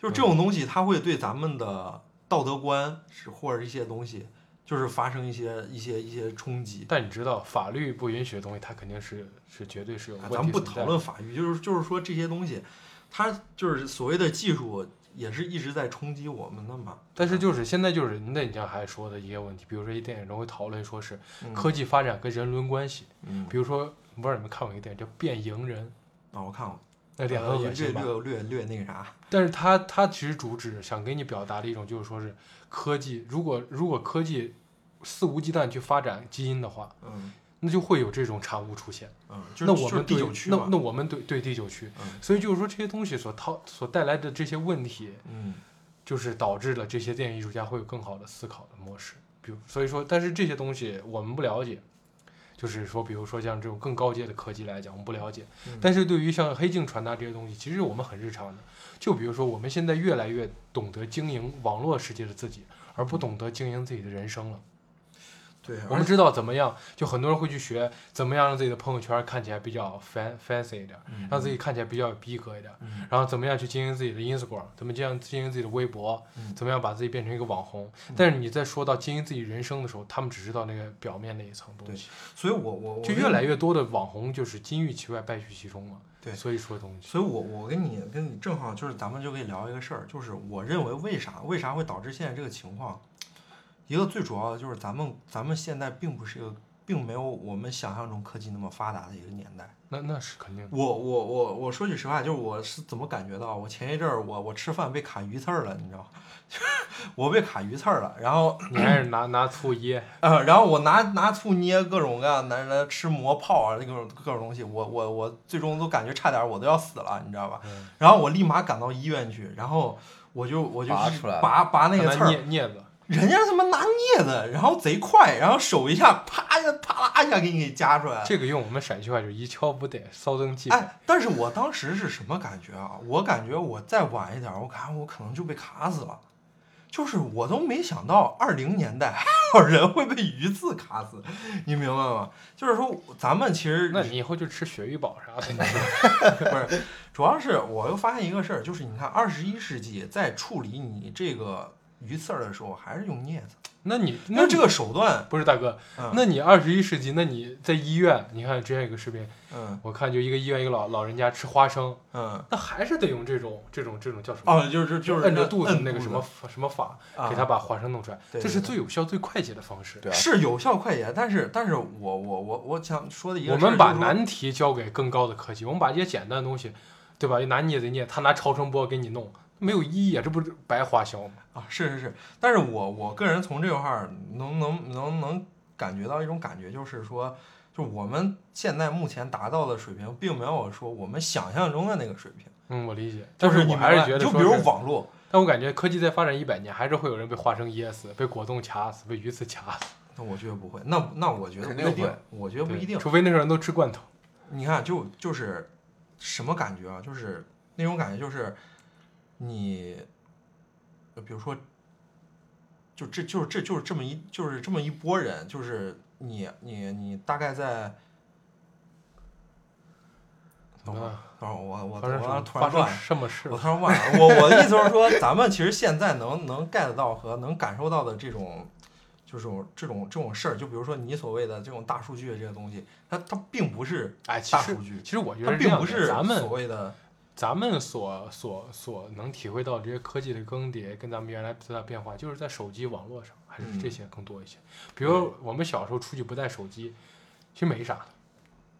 就嗯是这种东西，它会对咱们的道德观是或者一些东西，就是发生一些一些一些冲击。但你知道，法律不允许的东西，它肯定是是绝对是有啊问题咱们不存在讨的论法律，就是就是说这些东西，它就是所谓的技术也是一直在冲击我们的嘛。但是就是现在就是那你像还说的一些问题，比如说一电影中会讨论说是嗯科技发展跟人伦关系，嗯，比如说我不知道你们看过一个电影叫《变蝇人》，啊，我看过，那电影呃很恶略心吧？略略略那个啥，但是它它其实主旨想给你表达的一种就是说是科技，如果如果科技肆无忌惮去发展基因的话，嗯那就会有这种产物出现。嗯，就那是我就是们第对九区那嘛，那我们对对第九区，嗯所以就是说这些东西所套所带来的这些问题，嗯，就是导致了这些电影艺术家会有更好的思考的模式。比如，所以说，但是这些东西我们不了解，就是说，比如说像这种更高阶的科技来讲，我们不了解。嗯但是对于像黑镜传达这些东西，其实我们很日常的。就比如说，我们现在越来越懂得经营网络世界的自己，而不懂得经营自己的人生了。对，我而们知道怎么样，就很多人会去学怎么样让自己的朋友圈看起来比较 fan fancy 一点，让自己看起来比较有逼格一点，嗯然后怎么样去经营自己的 Instagram，怎么这样经营自己的微博，嗯怎么样把自己变成一个网红。但是你在说到经营自己人生的时候，他们只知道那个表面那一层东西，所以我我我就跟越来你，越多的网红就是金玉其外，败絮其中嘛。对所以说东西，所以我我跟你跟你正好就是咱们就可以聊一个事儿，就是我认为为啥为啥会导致现在这个情况，一个最主要的就是咱们咱们现在并不是一个并没有我们想象中科技那么发达的一个年代。那那是肯定的。我我我我说句实话，就是我是怎么感觉到，我前一阵儿我我吃饭被卡鱼刺儿了，你知道吗？ 我被卡鱼刺儿了，然后你还是拿 拿醋噎，呃，然后我拿拿醋捏各种各样的来吃馍泡啊，各种各种东西，我我我最终都感觉差点我都要死了，你知道吧？嗯然后我立马赶到医院去，然后我就我就拔一出来了拔拔那个拿刺儿，镊镊子，人家他妈拿镊子，然后贼快，然后手一下啪一下啪啦一下给你给夹出来。这个用我们陕区话就是一敲不得骚增记。哎，但是我当时是什么感觉啊？我感觉我再晚一点，我感觉我可能就被卡死了。就是我都没想到，二零年代还有人会被鱼刺卡死， 你明白吗？就是说，咱们其实那你以后就吃鳕鱼堡啥的。不是，主要是我又发现一个事儿，就是你看二十一世纪在处理你这个鱼刺儿的时候，还是用镊子，那你那那这个手段，不是大哥，嗯那你二十一世纪，那你在医院，你看之前有个视频，嗯我看就一个医院一个老老人家吃花生，嗯，那还是得用这种这种这种叫什么？哦，就是就是摁着肚子摁那个什么法什么法，啊给他把花生弄出来，对对这是对最有效、最快捷的方式。对啊，是有效快捷，但是但是我我我我想说的一个我事儿们把就是说难题交给更高的科技，我们把这些简单的东西，对吧？拿镊子一捏，他拿超声波给你弄，没有意义啊，这不是白花销吗？啊，是是是，但是我我个人从这块儿能能能能感觉到一种感觉，就是说，就我们现在目前达到的水平，并没有说我们想象中的那个水平。嗯，我理解，就但是我你还明是白觉得就说是，比如网络，但我感觉科技再发展一百年，还是会有人被花生噎死，被果冻卡死，被鱼刺卡死，那我觉得不会，那那我觉得肯不定一定会，我觉得不对一定。除非那时候人都吃罐头。你看，就就是什么感觉啊？就是那种感觉，就是你，呃比如说，就这就是这就是这么一就是这么一波人，就是你你你大概在，等会儿啊等会儿我我发生什我么突然发乱生了。什么事我了？突然忘了，我我的意思就是说，咱们其实现在能能 get 到和能感受到的这种，就是这种这种事儿，就比如说你所谓的这种大数据的这个东西，它它并不是哎，其大实数据其实我觉它得这并样不的是咱们所谓的咱们所所所能体会到的这些科技的更迭，跟咱们原来最大变化，就是在手机、网络上，还是嗯这些更多一些。比如我们小时候出去不带手机，其实没啥的，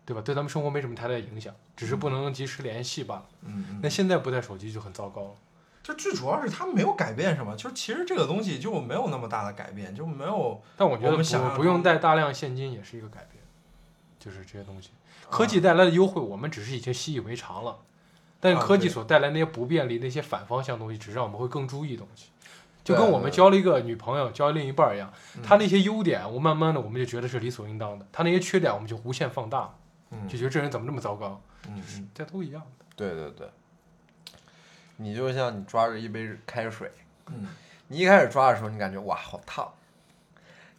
对吧？对咱们生活没什么太大的影响，只是不能及时联系罢了。嗯，那现在不带手机就很糟糕了。就最主要是它没有改变什么，就是其实这个东西就没有那么大的改变，就没有但我觉我得们想不象不用带大量现金也是一个改变，就是这些东西，科技带来的优惠我们只是已经习以为常了，但啊科技对所带来那些不便利、那些反方向东西，只是让我们会更注意东西。就对跟我们对交了一个女朋友、交了另一半一样，嗯她那些优点，我慢慢的我们就觉得是理所应当的；她那些缺点，我们就无限放大，嗯就觉得这人怎么这么糟糕？嗯嗯这都一样的。对对对，你就像你抓着一杯开水，嗯，你一开始抓的时候，你感觉哇好烫，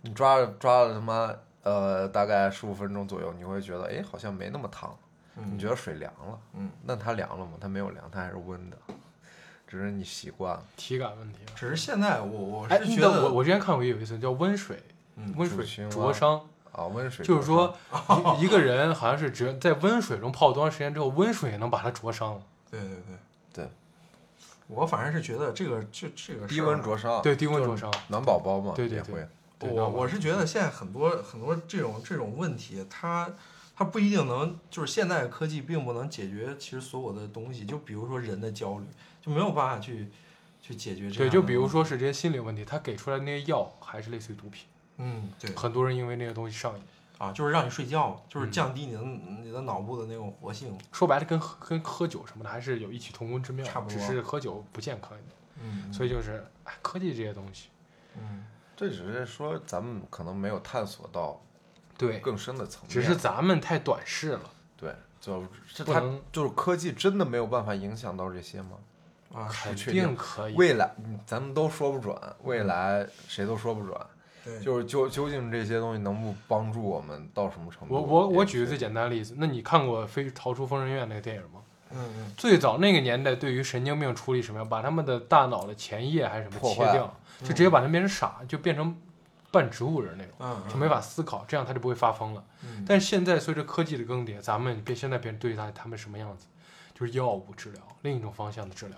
你抓着抓了他妈呃大概十五分钟左右，你会觉得哎好像没那么烫，嗯你觉得水凉了，嗯，那它凉了吗？它没有凉，它还是温的，只是你习惯了。体感问题啊。只是现在我我哎，是你觉知道我得我之前看过有一次叫温水，嗯温煮水青蛙灼伤，啊，温水就是灼说，一一个人好像是只在温水中泡多长时间之后，温水也能把它灼伤。对对对对，我反正是觉得这个这这个伤低事儿温啊灼伤，对，低温灼伤。暖宝宝嘛，对对也对会对我那我我是觉得现在很多很多这种这种问题，它它不一定能，就是现在的科技并不能解决其实所有的东西，就比如说人的焦虑，就没有办法去去解决这样的对，就比如问题，说是这些嗯心理问题，他给出来那些药还是类似于毒品，嗯，对很多人因为那个东西上瘾。啊，就是让你睡觉嘛，就是嗯降低你的、你的脑部的那种活性嘛，说白了，跟喝跟喝酒什么的还是有异曲同工之妙，差不多只是喝酒不健康一点。嗯所以就是，哎，科技这些东西，嗯，这只是说咱们可能没有探索到对，更深的层面，只是咱们太短视了。对，就是不它能就是科技真的没有办法影响到这些吗？啊，肯确定可以，未来嗯咱们都说不准，未来谁都说不准，对，就是究究竟这些东西能不帮助我们到什么程度？我我我也举个是最简单的例子，那你看过《飞逃出疯人院》那个电影吗？嗯嗯最早那个年代，对于神经病处理什么样，把他们的大脑的前叶还是什么破切坏掉，就直接把他们变成傻，就变成半植物人那种，嗯就没法思考，这样他就不会发疯了。嗯但是现在随着科技的更迭，咱们变现在变对待他们什么样子，就是药物治疗，另一种方向的治疗。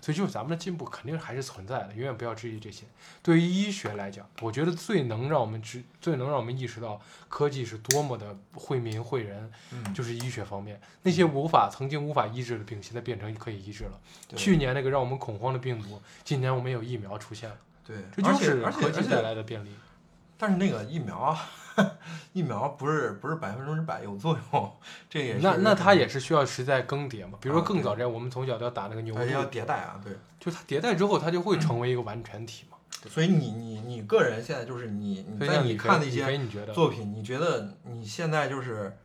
所以就是咱们的进步肯定还是存在的，永远不要质疑这些。对于医学来讲，我觉得最能让我们知，最能让我们意识到科技是多么的惠民惠人，嗯就是医学方面那些无法曾经无法医治的病，现在变成可以医治了。对去年那个让我们恐慌的病毒，今年我们有疫苗出现了，对，这就而且是而且科而技且带来的便利。但是那个疫苗啊， 疫苗不是不是百分之百有作用，这也是嗯那那它也是需要时代更迭嘛，比如说啊更早之前我们从小就要打那个牛哎要痘，迭代啊，对，就它迭代之后，它就会成为一个完全体嘛。所以你你你个人现在就是你你所以嗯在像你你看的的一李些飞你觉得？作品，你觉得你现在就是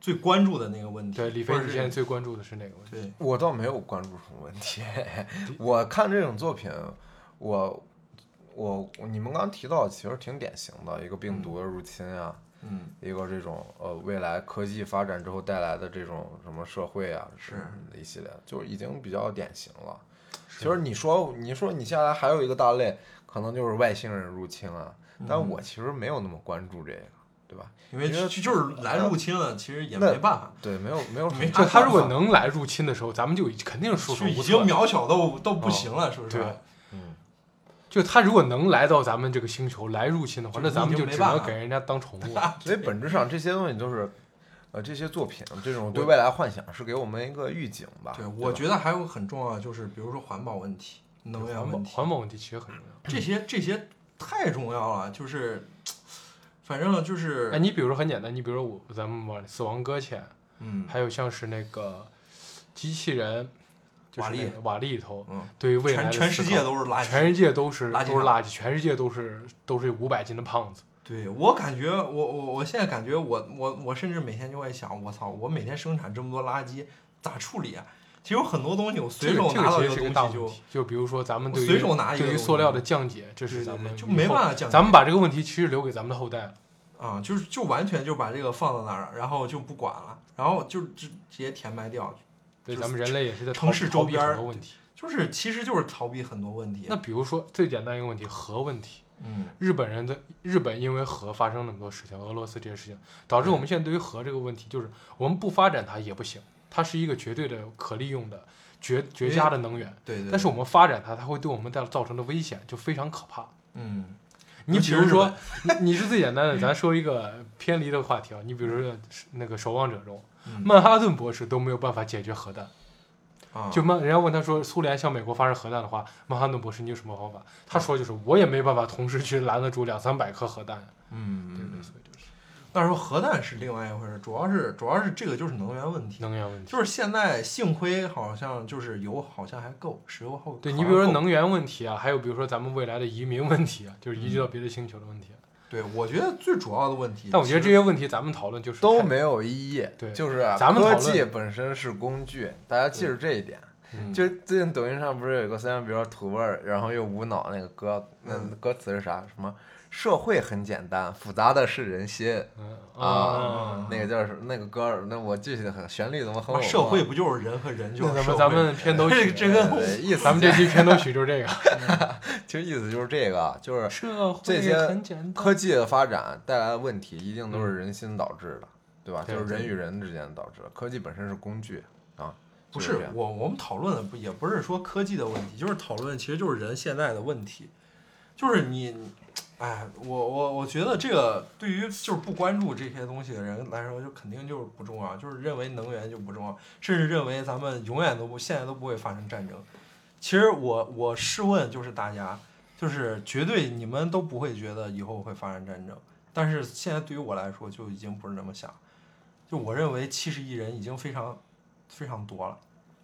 最关注的那个问题，对，李或飞，者你是现在最关注的是哪个问题？对我倒没有关注什么问 题。我看这种作品，我我你们刚提到，其实挺典型的一个病毒的入侵啊，嗯一个这种呃未来科技发展之后带来的这种什么社会啊，是的一系列，就已经比较典型了。其实你说你说你下来还有一个大类，可能就是外星人入侵啊，嗯但我其实没有那么关注这个，对吧？因为因为就就是来入侵了，其实也那没办法，对，没有没有什么没就他如果办法能来入侵的时候，咱们就已肯定是束手无就已策经的。渺小到都不行了，是不是？对嗯就他如果能来到咱们这个星球来入侵的话，就那咱们你已就经只没办能法给人家当宠物了。所以本质上这些东西就是，呃，这些作品这种对未来幻想是给我们一个预警吧。啊对，我吧觉得还有很重要的就是，比如说环保问题、能源环保问题，环保问题其实很重要。这些这些太重要了，就是，反正就是，哎，你比如说很简单，你比如说我咱们往死亡搁浅，嗯，还有像是那个机器人，就是瓦力那个瓦力里头，嗯，对于未来全的全思世考界都是垃圾，全世界都是垃圾都是场垃圾，全世界都是都是五百斤的胖子。对我感觉，我我我现在感觉我我我甚至每天就会想，我操，我每天生产这么多垃圾咋处理啊？其实有很多东西我随手拿到这个这个其一实是东个大西问就题，就比如说咱们对于我随手拿一对个于东西塑料的降解，这对是对咱对们就以没后办法讲，咱们把这个问题其实留给咱们的后代了。啊，就是就完全就把这个放在那儿，然后就不管了，然后就直直接填埋掉，对，就咱们人类也是在逃城市周边逃避儿很多问题。就是其实就是逃避很多问题。那比如说最简单一个问题，核问题。嗯，日本人的日本因为核发生那么多事情，俄罗斯这些事情，导致我们现在对于核这个问题，就是我们不发展它也不行，它是一个绝对的可利用的绝绝佳的能源。对对，但是我们发展它，它会对我们带造成的危险就非常可怕。嗯，你尤其比是如日说，你你是最简单的，咱说一个偏离的话题啊。你比如说那个《守望者》中，嗯曼哈顿博士都没有办法解决核弹。啊，就曼，人家问他说，苏联向美国发射核弹的话，曼哈顿博士你有什么方法？嗯他说就是我也没办法同时去拦得住两三百颗核弹呀。啊嗯对嗯，对，嗯所以就是但是核弹是另外一回事，主要是主要是这个就是能源问题。能源问题。就是现在幸亏好像就是油好像还够，石油后对好你比像如说够能源问题啊，还有比如说咱们未来的移民问题啊，就是移居到嗯别的星球的问题啊。对，我觉得最主要的问题，但我觉得这些问题咱们讨论就是都太没有意义。对就是啊咱们讨科论技本身是工具，大家记住这一点。嗯就最近抖音上不是有一个虽然比较土味儿，然后又无脑那个歌，那嗯歌词是啥？什么？社会很简单，复杂的是人心嗯啊啊。！那个叫什么？那个歌儿，那我具体的很旋律怎么他很妈我社忘会了不就是人和人就那咱是社们咱会们片头曲， 嗯这个对意思咱们这期片头曲就是这 个。其实意思就是这个，就是社会这些很简单。科技的发展带来的问题，一定都是人心导致的，对吧？嗯对就是人对与人之间导致的。科技本身是工具啊，不就是这是样我我们讨论的不也不是说科技的问题，就是讨论其实就是人现在的问题，就是你，哎，我我我觉得这个对于就是不关注这些东西的人来说，就肯定就是不重要，就是认为能源就不重要，甚至认为咱们永远都不现在都不会发生战争。其实我我试问就是大家，就是绝对你们都不会觉得以后会发生战争，但是现在对于我来说就已经不是那么想，就我认为七十亿人已经非常非常多了。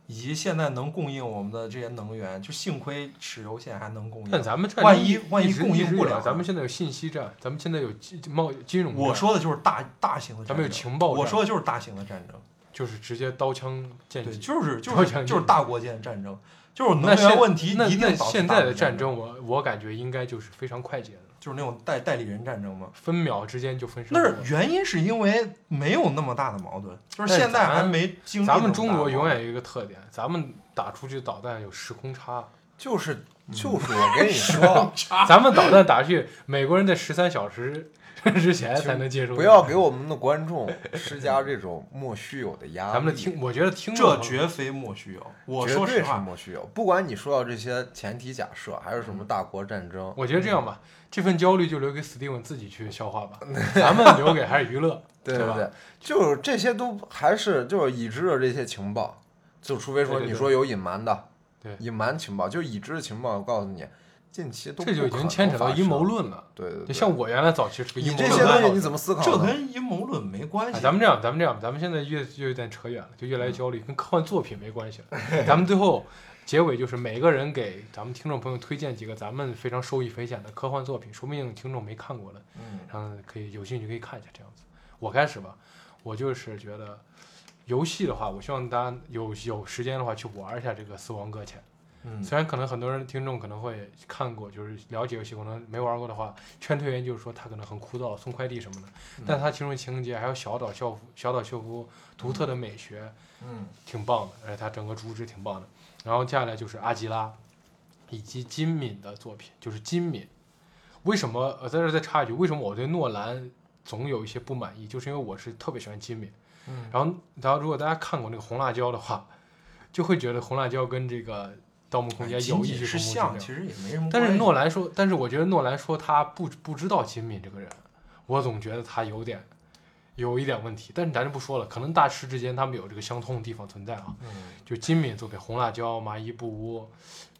以及现在能供应我们的这些能源，就幸亏石油现在还能供应。但咱们这嗯万一万一直供应直不有了咱们现在有信息战，咱们现在有金贸易金融战，我说的就是大大型的战争，咱们有情报战，我说的就是大型的战争，就是直接刀枪剑对，戟，就是就朝是鲜就是大国间的战争，就是那能现源问题那一那定导致现大在国的战战，争，我我感觉应该就是非常快捷的，就是那种代代理人战争嘛。分秒之间就分胜那负是了。原因是因为没有那么大的矛盾，就但是现在咱还没经历咱那么们中大的国矛永盾远有一个特点，咱们打出去导弹有时空差，就是嗯就是我跟你 说，啊咱们导弹打出去，美国人在十三小时 之前才能接收。不要给我们的观众施加这种莫须有的压力。咱们的听，我觉得听众这绝非莫须有。我绝说对实是话，莫须有。不管你说到这些前提假设，还是什嗯么大国战争，我觉得这样吧，这份焦虑就留给 Steven 自己去 消化吧，咱们留给还是娱乐，对吧？对，就是这些都还是就是已知的这些情报，就除非说对对对你说有隐瞒的，对隐瞒情报，就已知的情报，我告诉你，近期都这就已不可能经牵扯到发生阴谋，论了。对对就对，像我原来早期是个阴你谋这论些爱好东者西你怎么思考这呢？跟阴谋论没关哎系。咱们这样，咱们这样，咱们现在越越有点扯远了，就越来越焦虑，跟科幻作品没关系了。咱们最后结尾就是每个人给咱们听众朋友推荐几个咱们非常受益匪浅的科幻作品，说不定听众没看过的，嗯然后可以有兴趣可以看一下这样子。我开始吧，我就是觉得游戏的话，我希望大家有有时间的话去玩一下这个《死亡搁浅》。嗯虽然可能很多人听众可能会看过，就是了解游戏，可能没玩过的话，劝退员就是说他可能很枯燥，送快递什么的，嗯但他其中的情节还有小岛秀夫小岛秀夫独特的美学，嗯挺棒的，而且他整个主旨挺棒的。然后接下来就是阿吉拉，以及金敏的作品，就是金敏。为什么呃在这儿再插一句，为什么我对诺兰总有一些不满意，就是因为我是特别喜欢金敏。嗯然后，然后如果大家看过那个《红辣椒》的话，就会觉得《红辣椒》跟这个《盗梦空间》仅有异仅曲哎同工是之像，妙。其实也没什么关系。但是诺兰说，但是我觉得诺兰说他不不知道金敏这个人，我总觉得他有点有一点问题。但是咱就不说了，可能大师之间他们有这个相通的地方存在啊。嗯就金敏作品《红辣椒》《麻衣布屋》，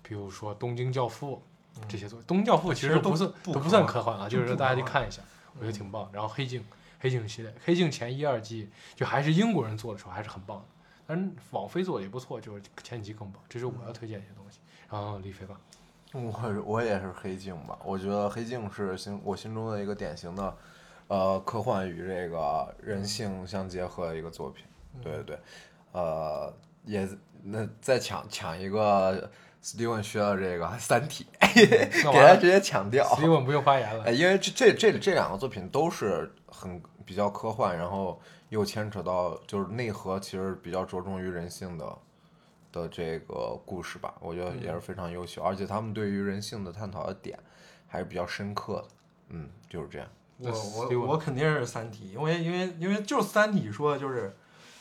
比如说《东京教父》这些作品，《东京教父》其嗯实其实不都算不都科算幻科幻啊，就就是不嗯说大家科去幻看一下，我觉得挺棒。然后《黑镜》《黑镜》系列，《黑镜》前一二季就还是英国人做的时候还是很棒的，但是网飞做的也不错，就是前几集更棒。这是我要推荐一些东西。然后李 飞吧，嗯我我也是黑镜吧，我觉得黑镜是心我心中的一个典型的，呃，科幻与这个人性相结合的一个作品。对对对，呃，也那再抢抢一个 Steven 需要这个《三体》那给他完直接抢掉。了，李文不用发言了哎，。因为这这这这两个作品都是很比较科幻，然后又牵扯到就是内核，其实比较着重于人性的的这个故事吧，我觉得嗯也是非常优秀，而且他们对于人性的探讨的点还是比较深刻的。嗯，就是这样。我对我我我肯定是《三体》，因为因为因为就是《三体》说的就是，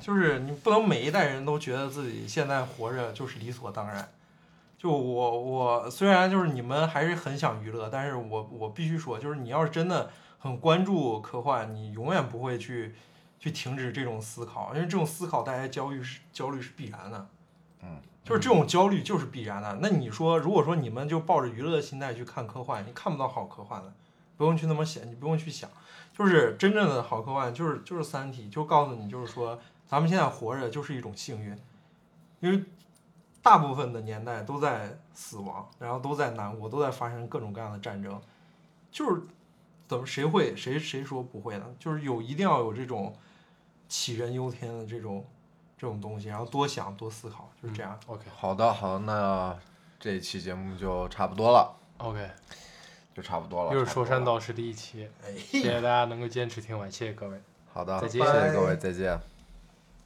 就是你不能每一代人都觉得自己现在活着就是理所当然。就我我虽然就是你们还是很想娱乐，但是我我必须说，就是你要是真的很关注科幻，你永远不会去去停止这种思考，因为这种思考带来焦虑是焦虑是必然的。嗯，就是这种焦虑就是必然的。那你说，如果说你们就抱着娱乐的心态去看科幻，你看不到好科幻的。不用去那么想，你不用去想，就是真正的好科幻，就是就是《三体》，就告诉你，就是说咱们现在活着就是一种幸运，因为大部分的年代都在死亡，然后都在难过，都在发生各种各样的战争，就是怎么谁会谁谁说不会呢？就是有一定要有这种杞人忧天的这种这种东西，然后多想多思考，嗯就是这样。 OK 好的，好的，那这一期节目就差不多了， OK，就差不多了。又是差不说多山了。道士第一期，哎谢谢大家能够坚持听完，谢谢各位。好的，再谢见谢各位，再见。